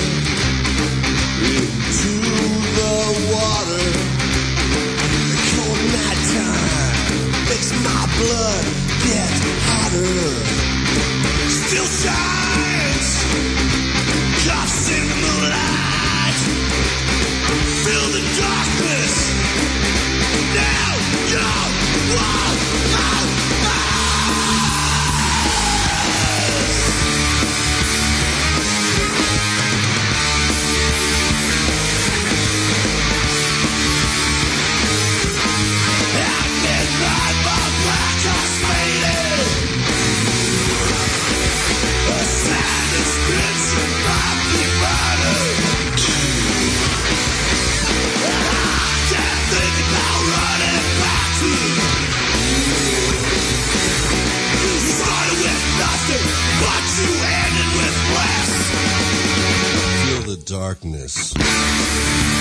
Speaker 5: to the water. The cold night time makes my blood get hotter.
Speaker 3: Still shines, coughs in the moonlight. Feel the darkness. Now you're wild, wild, At midnight, my black horse faded. A sad description of humanity. I can't think about running back to you. You started with nothing, but you ended with less.
Speaker 5: Feel the darkness.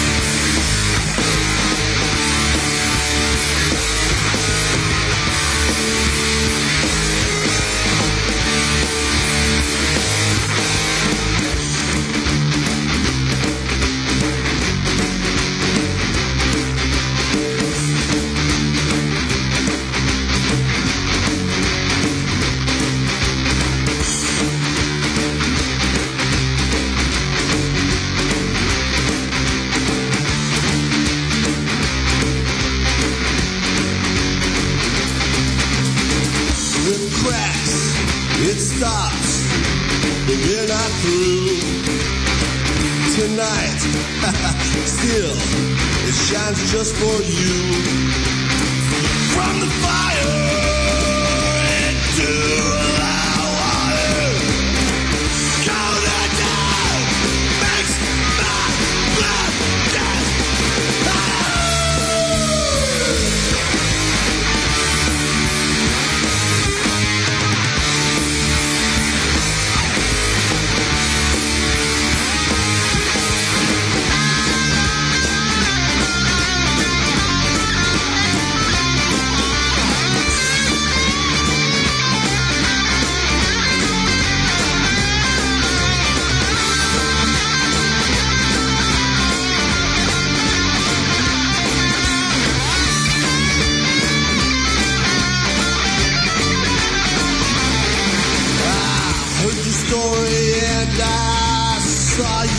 Speaker 5: It cracks, it stops, but we're not through. Tonight, still, it shines just for you.
Speaker 3: From the fire into the water. Counting down makes my blood dance.
Speaker 5: Feel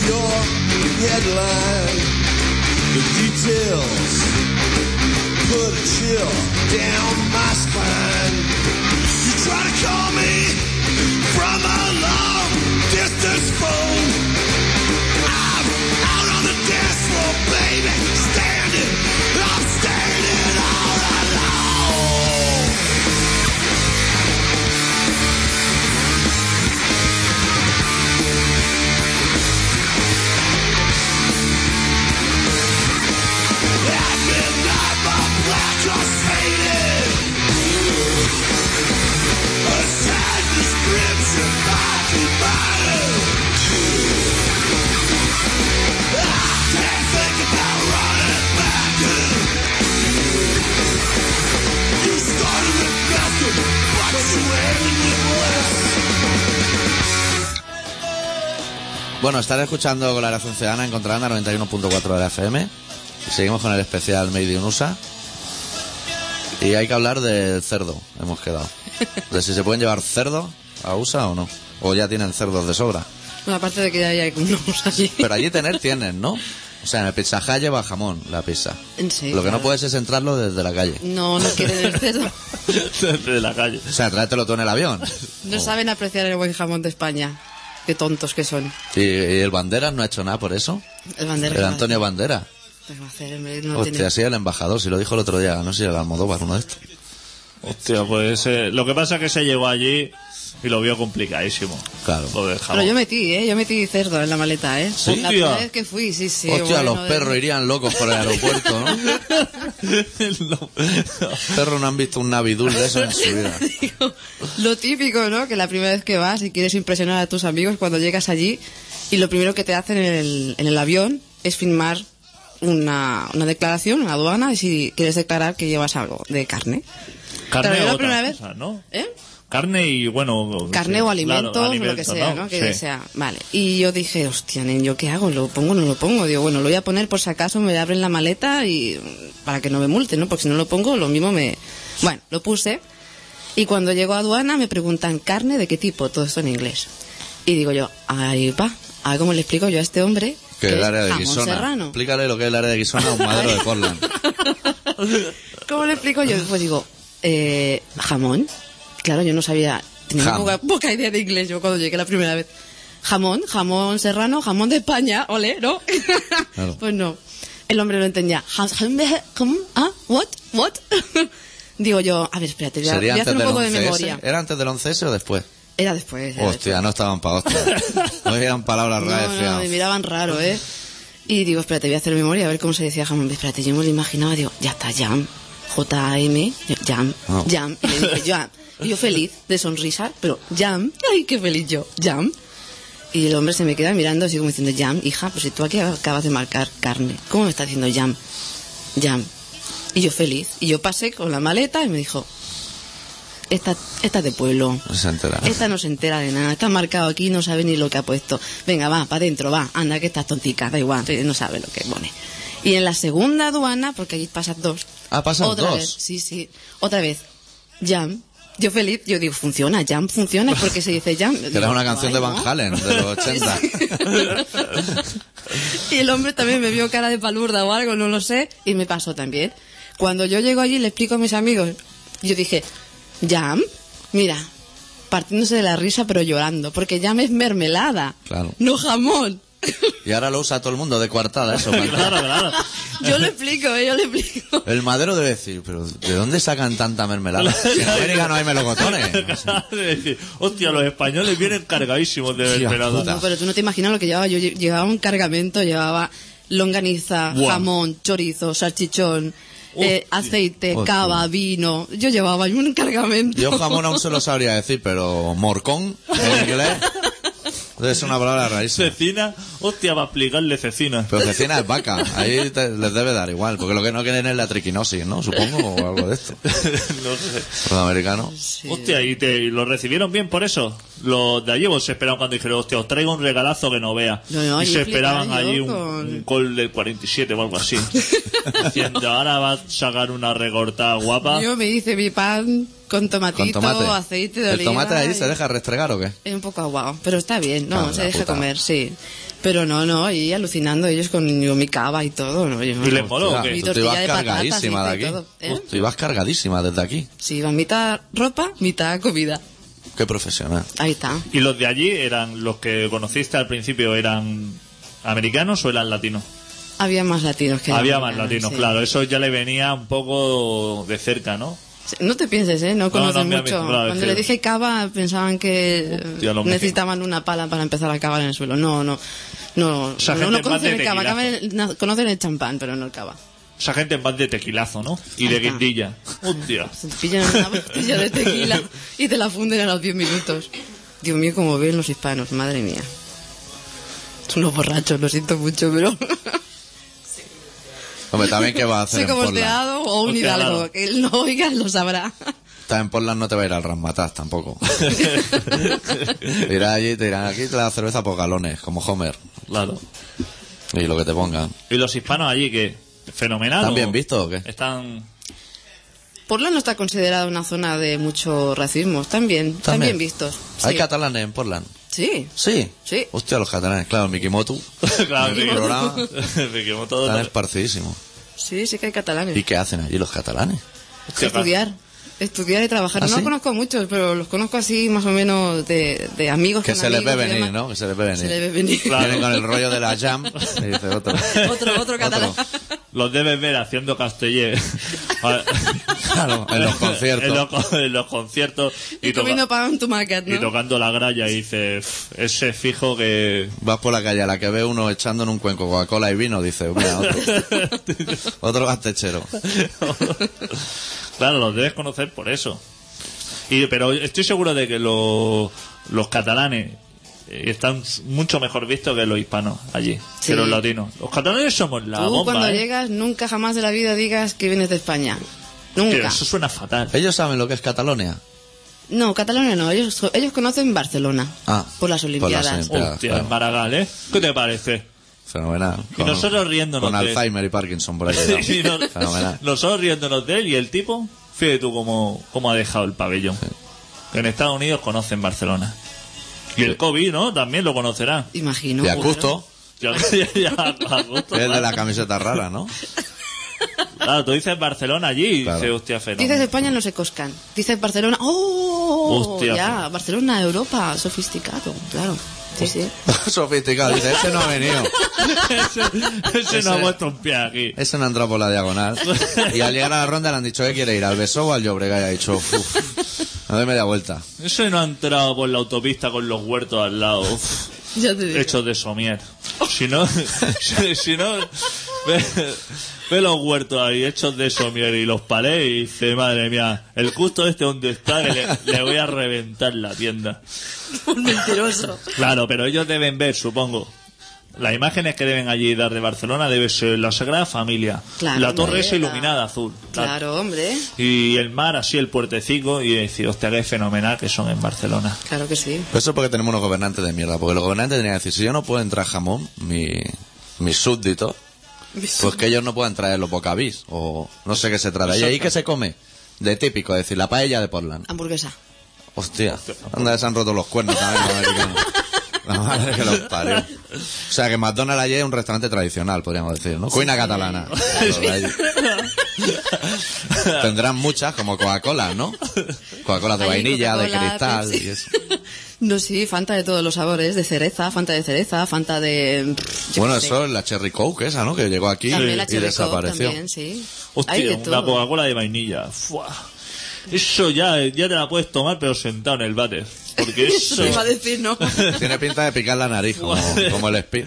Speaker 5: your headline. The details put a chill down my spine.
Speaker 3: You try to call me from a long distance phone. I'm out on the dance floor, baby, standing. I'm standing all alone. At midnight, my black just faded. A sad description by divided. I can't think about running back in. You started with nothing, but you ended with less.
Speaker 1: Bueno, estaré escuchando Colaboración Ciudadana en Contralanda 91.4 de la FM. Seguimos con el especial Made in USA. Y hay que hablar del cerdo, hemos quedado. De si se pueden llevar cerdo a USA o no. O ya tienen cerdos de sobra.
Speaker 4: Bueno, aparte de que ya hay unos allí.
Speaker 1: Pero allí tener tienen, ¿no? O sea, en el Pizza Hut lleva jamón la pizza.
Speaker 4: Sí,
Speaker 1: Lo que no
Speaker 4: claro.
Speaker 1: puedes es entrarlo desde la calle.
Speaker 4: No, no quieren el cerdo.
Speaker 2: Desde la calle.
Speaker 1: O sea, trátelo tú en el avión. Oh.
Speaker 4: No saben apreciar el buen jamón de España. Qué tontos que son.
Speaker 1: Y, y el Banderas no ha hecho nada por eso.
Speaker 4: El bandera.
Speaker 1: El Antonio Bandera.
Speaker 4: ¿Qué va a hacer, hombre? Pues No
Speaker 1: Hostia,
Speaker 4: tiene-
Speaker 1: sí, el embajador, si lo dijo el otro día. No sé si era el Almodóvar, uno de estos.
Speaker 2: Hostia, pues eh, lo que pasa es que se llegó allí y lo vio complicadísimo.
Speaker 1: Claro.
Speaker 2: Lo del jamón.
Speaker 4: Pero yo metí, ¿eh? Yo metí cerdo en la maleta, ¿eh?
Speaker 2: ¿Sí?
Speaker 4: La primera
Speaker 2: Hostia.
Speaker 4: vez que fui, sí, sí.
Speaker 1: Hostia,
Speaker 4: bueno,
Speaker 1: los
Speaker 4: de-
Speaker 1: perros irían locos por el aeropuerto, ¿no?
Speaker 2: Lo-
Speaker 1: Los perros no han visto un navidul de eso en su vida.
Speaker 4: Digo, lo típico, ¿no? Que la primera vez que vas y quieres impresionar a tus amigos cuando llegas allí y lo primero que te hacen en el, en el avión es firmar una, una declaración, una aduana, y si quieres declarar que llevas algo de carne.
Speaker 2: Carne
Speaker 4: Claro,
Speaker 2: o
Speaker 4: la
Speaker 2: otras
Speaker 4: primera vez.
Speaker 2: cosas, ¿no?
Speaker 4: ¿eh?
Speaker 2: Carne y bueno. pues,
Speaker 4: Carne
Speaker 2: sí,
Speaker 4: o
Speaker 2: claro,
Speaker 4: alimentos, lo que
Speaker 2: alimentos,
Speaker 4: sea, ¿no?
Speaker 2: ¿no?
Speaker 4: Que
Speaker 2: Sí.
Speaker 4: sea. Vale. Y yo dije, hostia, nen, ¿yo qué hago? ¿Lo pongo o no lo pongo? Digo, bueno, lo voy a poner por si acaso me abren la maleta y mm, para que no me multen, ¿no? Porque si no lo pongo, lo mismo me... Bueno, lo puse. Y cuando llego a aduana me preguntan, ¿carne de qué tipo? Todo esto en inglés. Y digo yo, ahí va. A ver cómo le explico yo a este hombre
Speaker 1: Que el área de
Speaker 4: jamón
Speaker 1: Guisona.
Speaker 4: serrano.
Speaker 1: Explícale lo que es el área de Guisona a un madero de Portland.
Speaker 4: ¿Cómo le explico yo? Pues digo, eh, jamón. Claro, yo no sabía, tenía
Speaker 1: Jam.
Speaker 4: poca, poca idea de inglés yo cuando llegué la primera vez. Jamón, jamón serrano, jamón de España, ole, ¿no?
Speaker 1: Claro.
Speaker 4: Pues no, el hombre no entendía. Jam- jam- de- ¿Cómo? ¿Ah? ¿What? ¿What? Digo yo, a ver, espérate, voy a,
Speaker 1: ¿Sería
Speaker 4: voy
Speaker 1: antes
Speaker 4: a hacer un
Speaker 1: del
Speaker 4: poco de
Speaker 1: 11S?
Speaker 4: memoria.
Speaker 1: ¿Era antes del 11S o después?
Speaker 4: Era después. era después.
Speaker 1: Hostia, no estaban para hostia. No eran palabras raras.
Speaker 4: No, no, me miraban raro, ¿eh? Y digo, espérate, voy a hacer memoria a ver cómo se decía jamón. Espérate, yo me lo imaginaba, digo, ya está, jam. J-A-M, jam,
Speaker 1: Ah.
Speaker 4: jam. Y le dije, jam. Y yo feliz, de sonrisa, pero jam. Ay, qué feliz yo, jam. Y el hombre se me queda mirando así como diciendo, jam, hija, pues si tú aquí acabas de marcar carne, ¿cómo me está diciendo jam? Jam. Y yo feliz. Y yo pasé con la maleta y me dijo, esta, esta es de pueblo.
Speaker 1: No se entera.
Speaker 4: Esta no se entera de nada, está marcado aquí, no sabe ni lo que ha puesto. Venga, va, para adentro, va, anda que estás tontica, da igual, eh, no sabe lo que pone. Y en la segunda aduana, porque allí pasan dos.
Speaker 1: Ah, pasan
Speaker 4: otra
Speaker 1: dos.
Speaker 4: Vez, sí, sí. Otra vez, Jam. Yo feliz, yo digo, funciona, Jam funciona, porque se dice Jam.
Speaker 1: Que era una canción de Van Halen, de los 80.
Speaker 4: Y el hombre también me vio cara de palurda o algo, no lo sé, y me pasó también. Cuando yo llego allí le explico a mis amigos, yo dije, Jam, mira, partiéndose de la risa pero llorando, porque Jam es mermelada,
Speaker 1: Claro.
Speaker 4: no jamón.
Speaker 1: Y ahora lo usa todo el mundo de coartada, eso. para entrar.
Speaker 2: Claro, claro.
Speaker 4: yo le explico, eh, yo le explico.
Speaker 1: El madero debe decir, pero ¿de dónde sacan tanta mermelada? Si en América no hay melocotones.
Speaker 2: De decir, Hostia, los españoles vienen cargadísimos de
Speaker 1: Hostia,
Speaker 2: mermelada.
Speaker 1: puta.
Speaker 4: No, pero tú no te imaginas lo que llevaba, yo lle- llevaba un cargamento, llevaba longaniza,
Speaker 2: Buah.
Speaker 4: jamón, chorizo, salchichón. eh, aceite,
Speaker 1: Hostia.
Speaker 4: cava, vino. Yo llevaba un cargamento.
Speaker 1: Yo jamón aún se lo sabría decir, pero morcón en inglés es una palabra rarísima.
Speaker 2: Cecina, hostia, va a explicarle cecina.
Speaker 1: Pero cecina es vaca, ahí te- les debe dar igual, porque lo que no quieren es la triquinosis, ¿no? Supongo, o algo de esto.
Speaker 2: no sé.
Speaker 1: Los americanos.
Speaker 4: Sí.
Speaker 2: Hostia, ¿y, te, y lo recibieron bien por eso? Los de allí pues, se esperaban cuando dijeron, hostia, os traigo un regalazo que no vea.
Speaker 4: No, no,
Speaker 2: y
Speaker 4: yo
Speaker 2: se
Speaker 4: flipaba
Speaker 2: esperaban
Speaker 4: yo
Speaker 2: allí un,
Speaker 4: con-
Speaker 2: un gol del 47 o algo así. Diciendo, ahora va a sacar una recortada guapa.
Speaker 4: Yo me hice mi pan con
Speaker 1: Con
Speaker 4: tomatito,
Speaker 1: tomate.
Speaker 4: aceite de
Speaker 1: ¿El
Speaker 4: oliva.
Speaker 1: tomate ahí
Speaker 4: y-
Speaker 1: se deja restregar o qué?
Speaker 4: Es un poco aguado, pero está bien, ¿no?
Speaker 1: Anda,
Speaker 4: se deja
Speaker 1: puta.
Speaker 4: comer, sí. Pero no, no, y alucinando ellos con yo, mi cava y todo, ¿no? Yo,
Speaker 2: Y les moló. ¿o
Speaker 1: Hostia,
Speaker 2: qué?
Speaker 4: Mi
Speaker 1: tú te ibas
Speaker 4: tortilla de patatas,
Speaker 1: cargadísima de
Speaker 4: aceite
Speaker 1: aquí.
Speaker 4: y todo, ¿eh?
Speaker 1: Hostia, Te ibas cargadísima desde aquí.
Speaker 4: Sí, va mitad ropa, mitad comida.
Speaker 1: Qué profesional.
Speaker 4: Ahí está.
Speaker 2: ¿Y los de allí eran los que conociste al principio eran americanos o eran latinos?
Speaker 4: Había más latinos que
Speaker 2: Había más
Speaker 4: americanos,
Speaker 2: latinos,
Speaker 4: sí.
Speaker 2: claro. Eso ya le venía un poco de cerca, ¿no?
Speaker 4: Sí, No te pienses, ¿eh? No conocen
Speaker 2: me ha
Speaker 4: mucho.
Speaker 2: visto, claro,
Speaker 4: Cuando
Speaker 2: es
Speaker 4: le
Speaker 2: que-
Speaker 4: dije cava, pensaban que
Speaker 2: Hostia, lo
Speaker 4: necesitaban una pala para empezar a cavar en el suelo. No, no. No,
Speaker 2: sea,
Speaker 4: no, no
Speaker 2: gente más de
Speaker 4: conocen el cava.
Speaker 2: tequilazo.
Speaker 4: cava el- na- conocen el champán, pero no el cava.
Speaker 2: Esa gente en paz de tequilazo, ¿no? Y de
Speaker 4: Ajá.
Speaker 2: guindilla. Hostia.
Speaker 4: Pues Se pillan una botella de tequila y te la funden a los 10 minutos. Dios mío, como ven los hispanos, madre mía. Son unos borrachos, lo siento mucho, pero.
Speaker 1: Hombre, también qué vas a hacer
Speaker 4: Soy
Speaker 1: en
Speaker 4: como
Speaker 1: Portland.
Speaker 4: osteado o un
Speaker 2: Osteado.
Speaker 4: hidalgo. Que él no oiga, lo sabrá.
Speaker 1: Estás en Portland, no te va a ir al Ramataz tampoco. Te Irás allí y te dirán, aquí la cerveza por galones, como Homer.
Speaker 2: Claro.
Speaker 1: Y lo que te pongan.
Speaker 2: ¿Y los hispanos allí que ¿Fenomenal?
Speaker 1: ¿Están
Speaker 2: o
Speaker 1: bien vistos o qué?
Speaker 2: Están...
Speaker 4: Portland no está considerada una zona de mucho racismo. Están bien, están
Speaker 1: También.
Speaker 4: bien vistos.
Speaker 1: ¿Hay
Speaker 4: Sí.
Speaker 1: catalanes en Portland?
Speaker 4: Sí.
Speaker 1: Sí.
Speaker 4: Sí.
Speaker 1: Hostia, los catalanes, claro, Mikimoto.
Speaker 2: claro,
Speaker 1: En el programa
Speaker 2: me quemó todo.
Speaker 1: están esparcidísimos.
Speaker 4: Sí, sí que hay catalanes.
Speaker 1: ¿Y qué hacen allí los catalanes?
Speaker 2: Hostia,
Speaker 4: estudiar. Estudiar y trabajar.
Speaker 1: ¿Ah,
Speaker 4: no
Speaker 1: sí?
Speaker 4: conozco a muchos, pero los conozco así más o menos de, de amigos.
Speaker 1: Que
Speaker 4: con
Speaker 1: se les ve
Speaker 4: amigos y
Speaker 1: venir,
Speaker 4: demás.
Speaker 1: ¿no? Que se les ve venir.
Speaker 4: Se les ve venir.
Speaker 2: Claro.
Speaker 1: Vienen con el rollo de la jam y dice otro.
Speaker 4: Otro, otro catalán.
Speaker 2: Los debes ver haciendo castellé.
Speaker 1: Claro, en los conciertos.
Speaker 2: en, los, con- en los conciertos.
Speaker 4: Y
Speaker 2: toca-
Speaker 4: comiendo pan tu macat,
Speaker 2: y
Speaker 4: ¿no?
Speaker 2: tocando la gralla y dice, "Pff, ese fijo que...
Speaker 1: Vas por la calle a la que ve uno echando en un cuenco Coca-Cola y vino, dice, mira, otro. otro gastechero.
Speaker 2: claro, los debes conocer por eso. Y, pero estoy seguro de que los- los catalanes eh, están mucho mejor vistos que los hispanos allí,
Speaker 4: Sí.
Speaker 2: que los latinos. Los catalanes somos la
Speaker 4: Tú
Speaker 2: bomba.
Speaker 4: cuando
Speaker 2: ¿eh?
Speaker 4: llegas nunca jamás de la vida digas que vienes de España.
Speaker 2: Que
Speaker 4: Nunca.
Speaker 2: eso suena fatal.
Speaker 1: ¿Ellos saben lo que es Catalonia?
Speaker 4: No, Cataluña no. Ellos, ellos conocen Barcelona.
Speaker 1: Ah,
Speaker 4: por las
Speaker 1: por las
Speaker 4: Olimpiadas.
Speaker 1: Olimpiadas. Ya,
Speaker 2: Hostia,
Speaker 1: claro.
Speaker 2: en Maragall, ¿eh? ¿Qué te parece?
Speaker 1: Fenomenal.
Speaker 2: Y nosotros riéndonos
Speaker 1: Con
Speaker 2: de-
Speaker 1: Alzheimer y Parkinson por ahí.
Speaker 2: Y no-
Speaker 1: Fenomenal.
Speaker 2: nosotros riéndonos de él y el tipo, fíjate tú cómo, cómo ha dejado el pabellón. Que en Estados Unidos conocen Barcelona. Y el COVID, ¿no? También lo conocerá.
Speaker 4: Imagino.
Speaker 1: Y a Custo,
Speaker 2: Ya, ya- ya, a
Speaker 1: que
Speaker 2: gusto,
Speaker 1: es de
Speaker 2: claro.
Speaker 1: la camiseta rara, ¿no?
Speaker 2: Claro, tú dices Barcelona allí y
Speaker 1: Claro.
Speaker 2: dices, hostia, fenómeno.
Speaker 4: Dices España no se coscan. Dices Barcelona. ¡Oh!
Speaker 2: Hostia.
Speaker 4: Ya, Barcelona, Europa, sofisticado, claro. Sí, sí.
Speaker 1: Sofisticado, dice, ese no ha venido.
Speaker 2: ese, ese no ha puesto un pie aquí.
Speaker 1: Ese no ha entrado por la diagonal. Y al llegar a la ronda le han dicho, ¿qué quiere ir? ¿Al Besó o al Llobrega? Y ha dicho, uff, no doy media vuelta.
Speaker 2: Ese no ha entrado por la autopista con los huertos al lado. Uf.
Speaker 4: Ya te digo.
Speaker 2: hechos de somier. Si no, si, si no, ve, ve los huertos ahí hechos de somier y los palés y dice, madre mía, el gusto este donde está, que le, le voy a reventar la tienda.
Speaker 4: Un mentiroso.
Speaker 2: Claro, pero ellos deben ver, supongo. Las imágenes que deben allí dar de Barcelona debe ser la Sagrada Familia,
Speaker 4: Claro,
Speaker 2: la torre
Speaker 4: hombre,
Speaker 2: esa
Speaker 4: la-
Speaker 2: iluminada azul, la-
Speaker 4: Claro, hombre.
Speaker 2: y el mar así, el puertecico, y decir, hostia, qué fenomenal que son en Barcelona.
Speaker 4: Claro que sí.
Speaker 1: Pero eso es porque tenemos unos gobernantes de mierda. Porque los gobernantes tenían que decir, si yo no puedo entrar jamón, mi, mis súbditos, pues que ellos no puedan traer los bocabis. O no sé qué se trata. ¿Y ahí qué se come? De típico, es decir, la paella de Portland.
Speaker 4: Hamburguesa.
Speaker 1: Hostia, anda, se han roto los cuernos también los americanos. La madre que los parió. O sea, que McDonald's allí es un restaurante tradicional, podríamos decir, ¿no? Cuina catalana. Tendrán muchas, como Coca-Cola, ¿no? Coca-Cola Ah, de
Speaker 4: Ahí,
Speaker 1: vainilla, de
Speaker 4: Coca-Cola,
Speaker 1: cristal
Speaker 4: Pepsi.
Speaker 1: y eso.
Speaker 4: No, sí, Fanta de todos los sabores, de cereza, Fanta de cereza, Fanta de... yo
Speaker 1: Bueno,
Speaker 4: qué sé.
Speaker 1: eso es la Cherry Coke esa, ¿no? Que llegó aquí
Speaker 4: También
Speaker 1: y,
Speaker 4: la
Speaker 1: y
Speaker 4: Cherry Coke
Speaker 1: desapareció.
Speaker 4: También, sí. Hay de
Speaker 2: Hostia, una
Speaker 4: todo.
Speaker 2: Coca-Cola de vainilla. Fua. Eso ya, ya te la puedes tomar, pero sentado en el váter. Porque
Speaker 4: Eso
Speaker 2: eso
Speaker 4: iba a decir, ¿no?
Speaker 1: Tiene pinta de picar la nariz, como, como el Speed.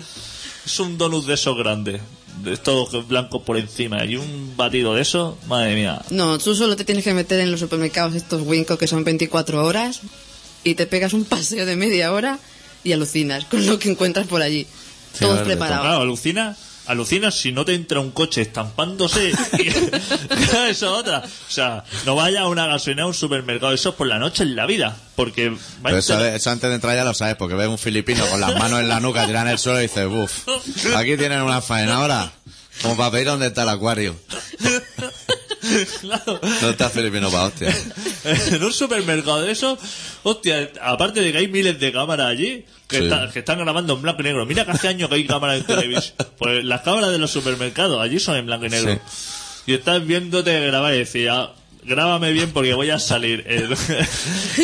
Speaker 2: es un donut de esos grandes. De estos blancos por encima. Y un batido de eso, madre mía.
Speaker 4: No, tú solo te tienes que meter en los supermercados estos Winco que son 24 horas y te pegas un paseo de media hora y alucinas con lo que encuentras por allí.
Speaker 1: Sí, a
Speaker 4: Todos
Speaker 1: ver, de
Speaker 4: preparados.
Speaker 2: Claro, alucina. alucinas si no te entra un coche estampándose. Y- eso otra. O sea, no vayas a una gasolina a un supermercado. Eso es por la noche en la vida. Porque va a
Speaker 1: Pero eso,
Speaker 2: entrar-
Speaker 1: de- eso antes de entrar ya lo sabes, porque ves un filipino con las manos en la nuca tirando en el suelo y dices, uff, aquí tienen una faena ahora, como para pedir dónde está el acuario.
Speaker 2: Claro.
Speaker 1: No está filipino para hostia.
Speaker 2: en un supermercado de eso, hostia, aparte de que hay miles de cámaras allí que,
Speaker 1: Sí.
Speaker 2: está- que están grabando en blanco y negro. Mira que hace años que hay cámaras en televisión. Pues las cámaras de los supermercados allí son en blanco y negro. Y estás viéndote grabar y decía, grábame bien porque voy a salir en,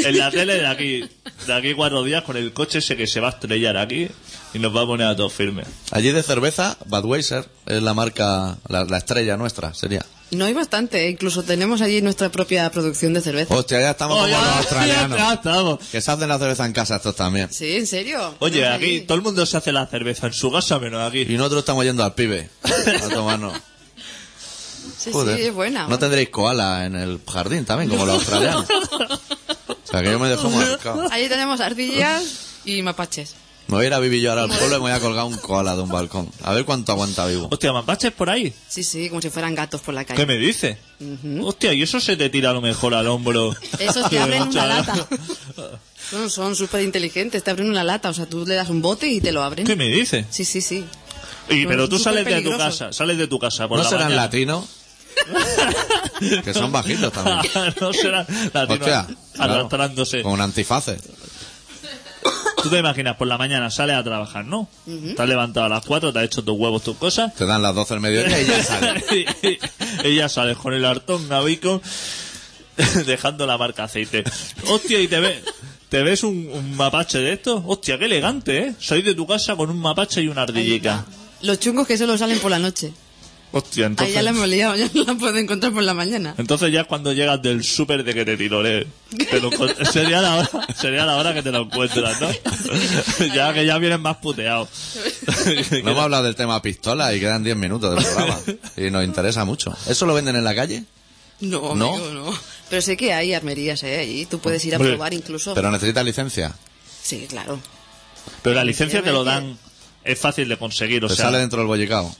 Speaker 2: en la tele de aquí, de aquí cuatro días con el coche ese que se va a estrellar aquí y nos va a poner a todos firmes.
Speaker 1: Allí de cerveza, Budweiser es la marca, la, la estrella nuestra, sería.
Speaker 4: No hay bastante, eh, incluso tenemos allí nuestra propia producción de cerveza.
Speaker 1: Hostia, ya estamos
Speaker 2: Oh,
Speaker 1: como los
Speaker 2: ya- ya
Speaker 1: australianos.
Speaker 2: estamos.
Speaker 1: Que se hacen la cerveza en casa estos también.
Speaker 4: Sí, en serio.
Speaker 2: Oye,
Speaker 4: Tenemos
Speaker 2: aquí todo el mundo se hace la cerveza en su casa menos aquí.
Speaker 1: Y nosotros estamos yendo al pibe a tomarnos.
Speaker 4: Sí,
Speaker 1: Joder.
Speaker 4: sí, es buena.
Speaker 1: No tendréis koala en el jardín también, como los australianos. O sea, que yo me dejo marcado.
Speaker 4: Allí tenemos ardillas y mapaches.
Speaker 1: Me voy a ir a vivir yo ahora al pueblo y me voy a colgar un koala de un balcón. A ver cuánto aguanta vivo.
Speaker 2: Hostia, mapaches por ahí.
Speaker 4: Sí, sí, como si fueran gatos por la
Speaker 2: ¿Qué
Speaker 4: calle.
Speaker 2: me dices? Hostia, y eso se te tira a lo mejor al hombro.
Speaker 4: Esos te abren una
Speaker 2: Chaval.
Speaker 4: lata.
Speaker 2: eh.
Speaker 4: Son- son súper inteligentes, te abren una lata, o sea, tú le das un bote y te lo abren.
Speaker 2: ¿Qué me dices?
Speaker 4: Sí, sí, sí.
Speaker 2: Y,
Speaker 4: Son
Speaker 2: pero tú sales de tu
Speaker 4: superpeligrosos.
Speaker 2: casa, sales de tu casa por
Speaker 1: ¿No
Speaker 2: la
Speaker 1: serán
Speaker 2: mañana.
Speaker 1: latinos? que son bajitos también.
Speaker 2: no serán latinos
Speaker 1: Hostia. claro, Oh.
Speaker 2: arrastrándose.
Speaker 1: Con un antifaces.
Speaker 2: Tú te imaginas, por la mañana sales a trabajar, ¿no? Te has levantado a las 4, te has hecho tus huevos, tus cosas.
Speaker 1: Te dan las 12 del mediodía y ya sale.
Speaker 2: Y- y- y ya sales con el hartón navico dejando la marca aceite. Hostia, y te ves, te ves un, un mapache de estos. Hostia, qué elegante, ¿eh? Salís de tu casa con un mapache y una ardillica.
Speaker 4: Los chungos que solo salen por la noche.
Speaker 2: Hostia,
Speaker 4: Ahí ya
Speaker 2: entonces,
Speaker 4: la hemos liado, ya no la puedo encontrar por la mañana.
Speaker 2: entonces ya es cuando llegas del súper de que te tirolee. Te lo encon- sería, la hora, sería la hora que te lo encuentras, ¿no? ya que ya vienes más puteado.
Speaker 1: No hemos hablado del tema pistola y quedan 10 minutos del programa. Y nos interesa mucho. ¿Eso lo venden en la calle?
Speaker 4: No,
Speaker 1: ¿No?
Speaker 4: amigo, no. Pero sé que hay armerías, ¿eh? Allí tú puedes ir a
Speaker 2: Hombre,
Speaker 4: probar incluso.
Speaker 1: Pero necesitas licencia.
Speaker 4: Sí, claro.
Speaker 2: Pero la licencia te lo dan, es fácil de conseguir, o
Speaker 1: Te
Speaker 2: sea...
Speaker 1: sale dentro del bollicao.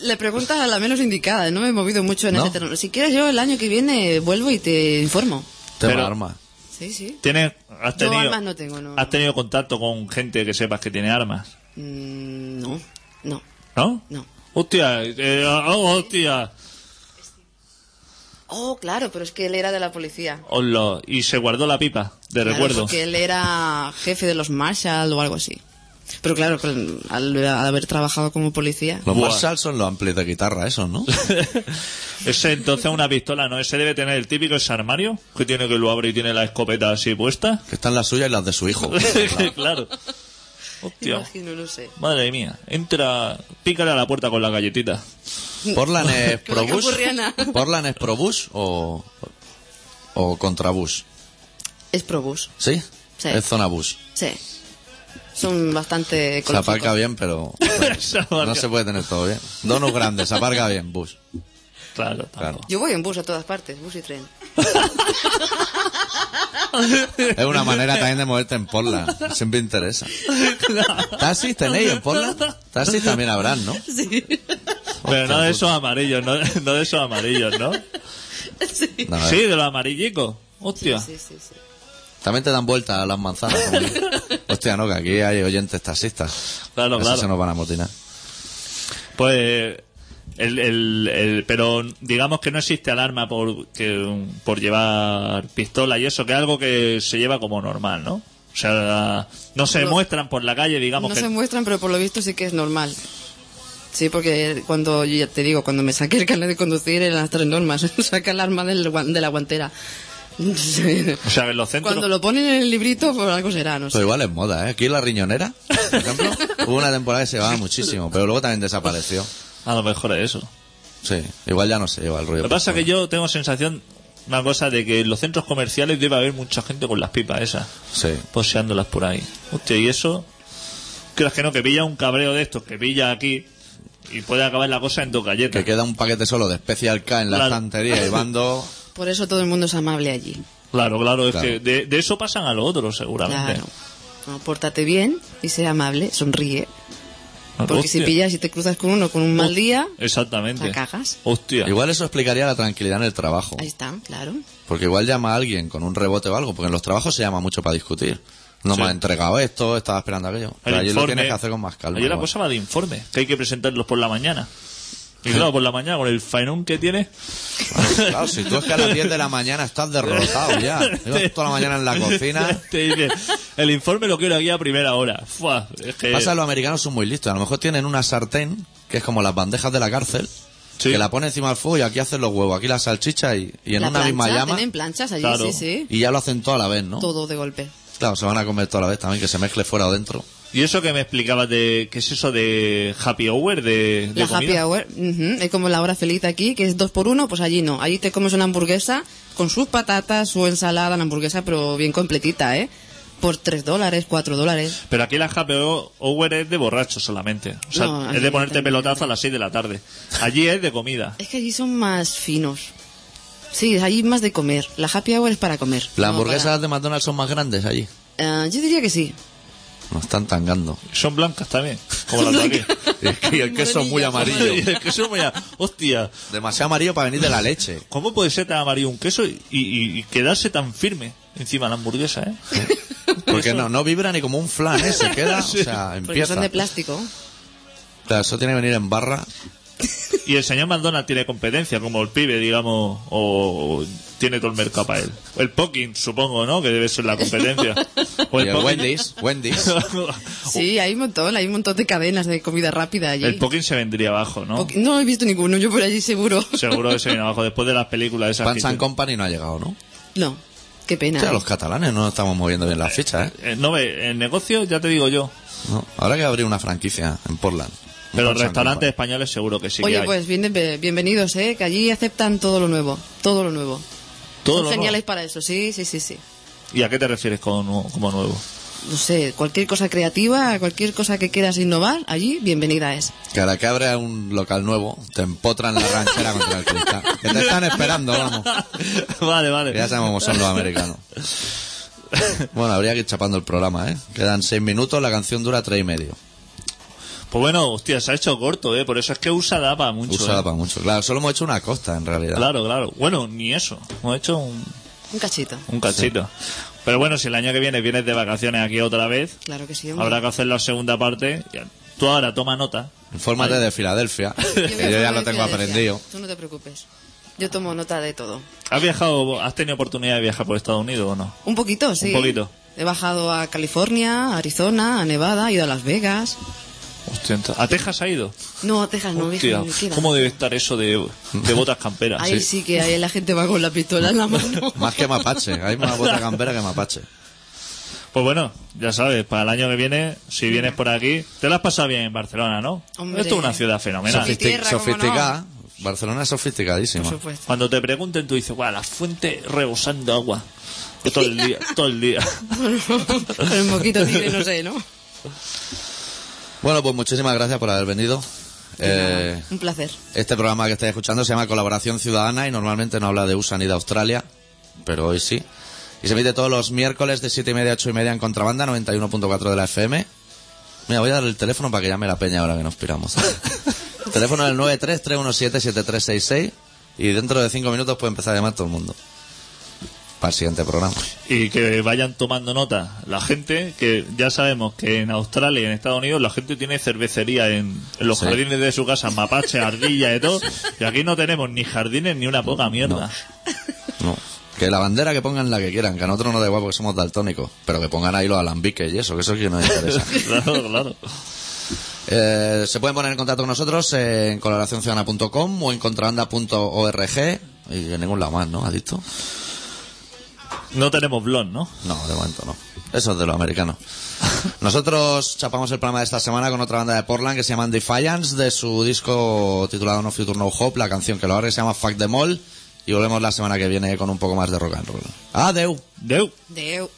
Speaker 4: Le preguntas a la menos indicada, eh, no me he movido mucho en
Speaker 1: ¿No?
Speaker 4: ese terreno. Si quieres, yo el año que viene vuelvo y te informo.
Speaker 1: Tema
Speaker 2: Pero-
Speaker 1: arma.
Speaker 4: Sí, sí.
Speaker 2: ¿Tienes, has
Speaker 4: Yo
Speaker 2: tenido,
Speaker 4: armas no tengo, no.
Speaker 2: ¿Has tenido contacto con gente que sepas que tiene armas?
Speaker 4: Mm, no, no,
Speaker 2: ¿No?
Speaker 4: no.
Speaker 2: Hostia, eh, oh, hostia.
Speaker 4: Oh, claro, pero es que él era de la policía.
Speaker 2: Hola. Y se guardó la pipa, de
Speaker 4: Claro,
Speaker 2: recuerdo.
Speaker 4: Porque él era jefe de los Marshall o algo así. Pero claro, con- al, al haber trabajado como policía.
Speaker 1: Los
Speaker 2: Buah.
Speaker 1: Marshall son los amplis de guitarra, esos, ¿no?
Speaker 2: Ese entonces una pistola, ¿no? Ese debe tener el típico ese armario que tiene que lo abre y tiene la escopeta así puesta.
Speaker 1: Que están las suyas y las de su hijo.
Speaker 2: claro. Hostia.
Speaker 4: Imagino, no sé.
Speaker 2: Madre mía. Entra, pícale a la puerta con la galletita.
Speaker 1: ¿Porlan es
Speaker 4: Con la
Speaker 1: probus?
Speaker 4: camburriana.
Speaker 1: ¿Porlan es probus o, o contrabus?
Speaker 4: Es probus,
Speaker 1: ¿Sí?
Speaker 4: Sí.
Speaker 1: Es zona bus.
Speaker 4: sí. Son bastante
Speaker 1: Se
Speaker 4: ecológicos.
Speaker 1: aparca bien, pero
Speaker 2: Esa
Speaker 1: no
Speaker 2: marca.
Speaker 1: se puede tener todo bien. Donos grandes, se aparca bien, bus.
Speaker 2: Claro,
Speaker 1: Claro.
Speaker 4: Yo voy en bus a todas partes, bus y tren.
Speaker 1: Es una manera también de moverte en Portland. Siempre interesa. ¿Taxis tenéis en Portland? Taxis también habrán, ¿no?
Speaker 4: Sí.
Speaker 2: Pero no de esos amarillos, no, no de esos amarillos, ¿no?
Speaker 1: No,
Speaker 2: Sí, de los amarillicos. Hostia.
Speaker 4: Sí, sí, sí.
Speaker 1: También te dan vueltas a las manzanas. hombre. Hostia, no, que aquí hay oyentes taxistas.
Speaker 2: Claro,
Speaker 1: Esos
Speaker 2: claro.
Speaker 1: se nos van a motinar.
Speaker 2: Pues. El, el, el- pero digamos que no existe alarma por, que, por llevar pistola y eso, que es algo que se lleva como normal, ¿no? O sea, no se
Speaker 4: No.
Speaker 2: muestran por la calle,
Speaker 1: Ah,
Speaker 2: digamos
Speaker 4: No
Speaker 2: que.
Speaker 4: se muestran, pero por lo visto sí que es normal. Sí, porque cuando, yo ya te digo, cuando me saqué el carnet de conducir eran las tres normas. Saca el arma del, guan- de la guantera. Sí.
Speaker 2: o sea, en los centros.
Speaker 4: Cuando lo ponen en el librito, por algo será, no sé.
Speaker 1: Pero igual es moda, ¿eh? Aquí la riñonera, por ejemplo, hubo una temporada que se llevaba muchísimo, pero luego también desapareció.
Speaker 2: A lo mejor es eso.
Speaker 1: Sí, igual ya no se lleva el rollo.
Speaker 2: Lo que pasa es que yo tengo sensación, una cosa, de que en los centros comerciales debe haber mucha gente con las pipas esas.
Speaker 1: Sí.
Speaker 2: poseándolas por ahí. Hostia, y eso. Creas que no, que pilla un cabreo de estos, que pilla aquí y puede acabar la cosa en dos galletas.
Speaker 1: Que queda un paquete solo de Special K en la
Speaker 2: Claro.
Speaker 1: estantería y van dos.
Speaker 4: Por eso todo el mundo es amable allí.
Speaker 2: Claro, claro, es
Speaker 1: Claro.
Speaker 2: que de, de eso pasan a los otros, seguramente.
Speaker 4: Claro. No, pórtate bien y sé amable, sonríe.
Speaker 1: Ah,
Speaker 4: Porque si
Speaker 2: Hostia.
Speaker 4: pillas y te cruzas con uno con un mal día,
Speaker 2: Exactamente.
Speaker 4: la cagas.
Speaker 2: Hostia.
Speaker 1: Igual eso explicaría la tranquilidad en el trabajo.
Speaker 4: ahí está, claro.
Speaker 1: Porque igual llama a alguien con un rebote o algo, porque en los trabajos se llama mucho para discutir. No
Speaker 2: Sí.
Speaker 1: me ha entregado esto, estaba esperando aquello. Pero allí lo
Speaker 2: informe.
Speaker 1: tienes que hacer con más calma.
Speaker 2: Allí la
Speaker 1: igual.
Speaker 2: cosa va de informe, que hay que presentarlos por la mañana. Y claro, por la mañana, con el faenón que tiene.
Speaker 1: Claro, si tú es que a las 10 de la mañana estás derrotado ya. Llevas toda la mañana en la cocina.
Speaker 2: Te dice, el informe lo quiero aquí a primera hora. Fua, es que-
Speaker 1: Pasa, que los americanos son muy listos. A lo mejor tienen una sartén, que es como las bandejas de la cárcel,
Speaker 2: Sí.
Speaker 1: que la pone encima del fuego y aquí hacen los huevos, aquí la salchicha y, y en
Speaker 4: la
Speaker 1: una
Speaker 4: plancha,
Speaker 1: misma llama.
Speaker 4: tienen planchas allí,
Speaker 2: Claro.
Speaker 4: sí, sí.
Speaker 1: Y ya lo hacen toda la vez, ¿no?
Speaker 4: Todo de golpe.
Speaker 1: Claro, se van a comer toda la vez también, que se mezcle fuera o dentro.
Speaker 2: Y eso que me explicabas de. ¿Qué es eso de happy hour? De, de
Speaker 4: La
Speaker 2: comida?
Speaker 4: happy hour ujú, es como la hora feliz aquí, que es dos por uno, pues allí no. Allí te comes una hamburguesa con sus patatas, su ensalada, la hamburguesa, pero bien completita, ¿eh? Por tres dólares, cuatro dólares.
Speaker 2: Pero aquí la happy hour es de borracho solamente. O sea,
Speaker 4: No,
Speaker 2: es de
Speaker 4: aquí
Speaker 2: ponerte
Speaker 4: también.
Speaker 2: pelotazo a las 6 de la tarde. Allí es de comida.
Speaker 4: Es que allí son más finos. Sí, allí más de comer. La happy hour es para comer.
Speaker 1: ¿Las
Speaker 4: no
Speaker 1: hamburguesas
Speaker 4: para-
Speaker 1: de McDonald's son más grandes allí?
Speaker 4: Eh, yo diría que sí.
Speaker 1: Nos están tangando.
Speaker 2: Son blancas también, como las de aquí.
Speaker 1: Es que el queso es muy
Speaker 2: Y
Speaker 1: amarillo.
Speaker 2: el queso me da- Hostia,
Speaker 1: Demasiado amarillo para venir de la leche.
Speaker 2: ¿cómo puede ser tan amarillo un queso y, y- y quedarse tan firme encima de la hamburguesa, eh?
Speaker 1: Porque no, no vibra ni como un flan, ¿eh? Se queda, o sea,
Speaker 4: Porque
Speaker 1: empieza.
Speaker 4: son de plástico.
Speaker 1: Claro, eso tiene que venir en barra.
Speaker 2: Y el señor McDonald tiene competencia, como el pibe, digamos, o, o tiene todo el mercado para él. El Poking, supongo, ¿no? Que debe ser la competencia. O
Speaker 1: Y el
Speaker 2: Poking-
Speaker 1: Wendy's, Wendy's.
Speaker 2: Oh.
Speaker 4: Sí, hay un montón, hay un montón de cadenas de comida rápida allí.
Speaker 2: el Poking se vendría abajo, ¿no?
Speaker 4: Ok, No he visto ninguno, yo por allí seguro.
Speaker 2: Seguro que se viene abajo después de las películas esas.
Speaker 1: Pants
Speaker 2: que-
Speaker 1: and Company no ha llegado, ¿no?
Speaker 4: No, qué pena.
Speaker 1: O sea, los catalanes no estamos moviendo bien las fichas, ¿eh?
Speaker 2: Eh, no ve, el negocio ya te digo yo.
Speaker 1: No, Habrá que abrir una franquicia en Portland. Un
Speaker 2: Pero
Speaker 1: Pants and
Speaker 2: restaurantes
Speaker 1: Company.
Speaker 2: españoles seguro que sí que
Speaker 4: Oye,
Speaker 2: hay.
Speaker 4: pues bien- bienvenidos, ¿eh? Que allí aceptan todo lo nuevo, todo lo nuevo.
Speaker 2: Todo
Speaker 4: Son
Speaker 2: lo
Speaker 4: geniales para eso, sí, sí, sí, sí.
Speaker 2: nuevo. ¿Y a qué te refieres con nu- como nuevo?
Speaker 4: No sé, cualquier cosa creativa, cualquier cosa que quieras innovar, allí bienvenida es.
Speaker 1: Que a la que abra un local nuevo, te empotran la ranchera contra el cristal. Que te están esperando, vamos.
Speaker 2: vale, vale.
Speaker 1: Ya sabemos cómo son los americanos. Bueno, habría que ir chapando el programa, ¿eh? Quedan seis minutos, la canción dura tres y medio.
Speaker 2: Pues bueno, hostia, se ha hecho corto, ¿eh? Por eso es que usa DAPA mucho.
Speaker 1: Usada
Speaker 2: ¿eh?
Speaker 1: para mucho. Claro, solo hemos hecho una costa, en realidad.
Speaker 2: Claro, claro. Bueno, ni eso. Hemos hecho un,
Speaker 4: Un cachito.
Speaker 2: un cachito. Pero bueno, si el año que viene vienes de vacaciones aquí otra vez,
Speaker 4: Claro que sí, hombre.
Speaker 2: habrá que hacer la segunda parte. Ya. Tú ahora toma nota.
Speaker 1: Infórmate de Filadelfia,
Speaker 4: voy a
Speaker 1: que yo ya
Speaker 4: tomar
Speaker 1: lo tengo
Speaker 4: de Filadelfia.
Speaker 1: aprendido.
Speaker 4: Tú no te preocupes. Yo tomo nota de todo.
Speaker 2: ¿Has viajado, has tenido oportunidad de viajar por Estados Unidos o no?
Speaker 4: Un poquito, sí.
Speaker 2: poquito.
Speaker 4: He bajado a California, a Arizona, a Nevada, he ido a Las Vegas.
Speaker 2: Hostia, ento- ¿a Texas ha ido?
Speaker 4: No, a Texas no, vieja,
Speaker 2: Hostia,
Speaker 4: no me queda.
Speaker 2: ¿cómo debe estar eso de, de botas camperas?
Speaker 4: Ahí sí. que ahí la gente va con la pistola en la mano.
Speaker 1: Más que mapache, hay más bota campera que mapache.
Speaker 2: Pues bueno, ya sabes, para el año que viene, si vienes por aquí, te las pasado bien en Barcelona, ¿no?
Speaker 4: Hombre.
Speaker 2: Esto es una ciudad fenomenal.
Speaker 1: Sofistic-
Speaker 4: tierra, cómo no.
Speaker 1: sofisticada. Barcelona es
Speaker 4: Por
Speaker 1: sofisticadísima.
Speaker 4: supuesto.
Speaker 2: Cuando te pregunten, tú dices, guau, la fuente rebosando agua. Todo el día, todo el día.
Speaker 4: Con el moquito tiene, no sé, ¿no?
Speaker 1: Bueno, pues muchísimas gracias por haber venido. Eh,
Speaker 4: Un placer.
Speaker 1: este programa que estáis escuchando se llama Colaboración Ciudadana y normalmente no habla de USA ni de Australia, pero hoy sí. Y se emite todos los miércoles de 7 y media a 8 y media en Contrabanda 91.4 de la FM. Mira, voy a dar el teléfono para que llame la peña ahora que nos piramos. el teléfono es el 933177366 y dentro de 5 minutos puede empezar a llamar todo el mundo. Para el siguiente programa.
Speaker 2: Y que vayan tomando nota la gente, que ya sabemos que en Australia y en Estados Unidos la gente tiene cervecería en, en los
Speaker 1: Sí.
Speaker 2: jardines de su casa, mapache, ardilla y todo. Y aquí no tenemos ni jardines ni una poca mierda.
Speaker 1: No. Que la bandera que pongan la que quieran, que a nosotros no da igual porque somos daltónicos, pero que pongan ahí los alambiques y eso, que eso es que nos interesa.
Speaker 2: Claro, claro.
Speaker 1: Eh, se pueden poner en contacto con nosotros en colaboracionciudadana.com o en contrabanda.org y en ningún lado más, ¿no? ¿Adicto?
Speaker 2: No tenemos blog, ¿no?
Speaker 1: No, de momento no. Eso es de los americanos. Nosotros chapamos el programa de esta semana con otra banda de Portland que se llama Defiance, de su disco titulado No Future No Hope, la canción que lo abre se llama Fuck the Mall y volvemos la semana que viene con un poco más de rock and roll. ¡Adeu!
Speaker 2: Deu.
Speaker 4: Deu.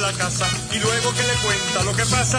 Speaker 6: la casa y luego que le cuenta lo que pasa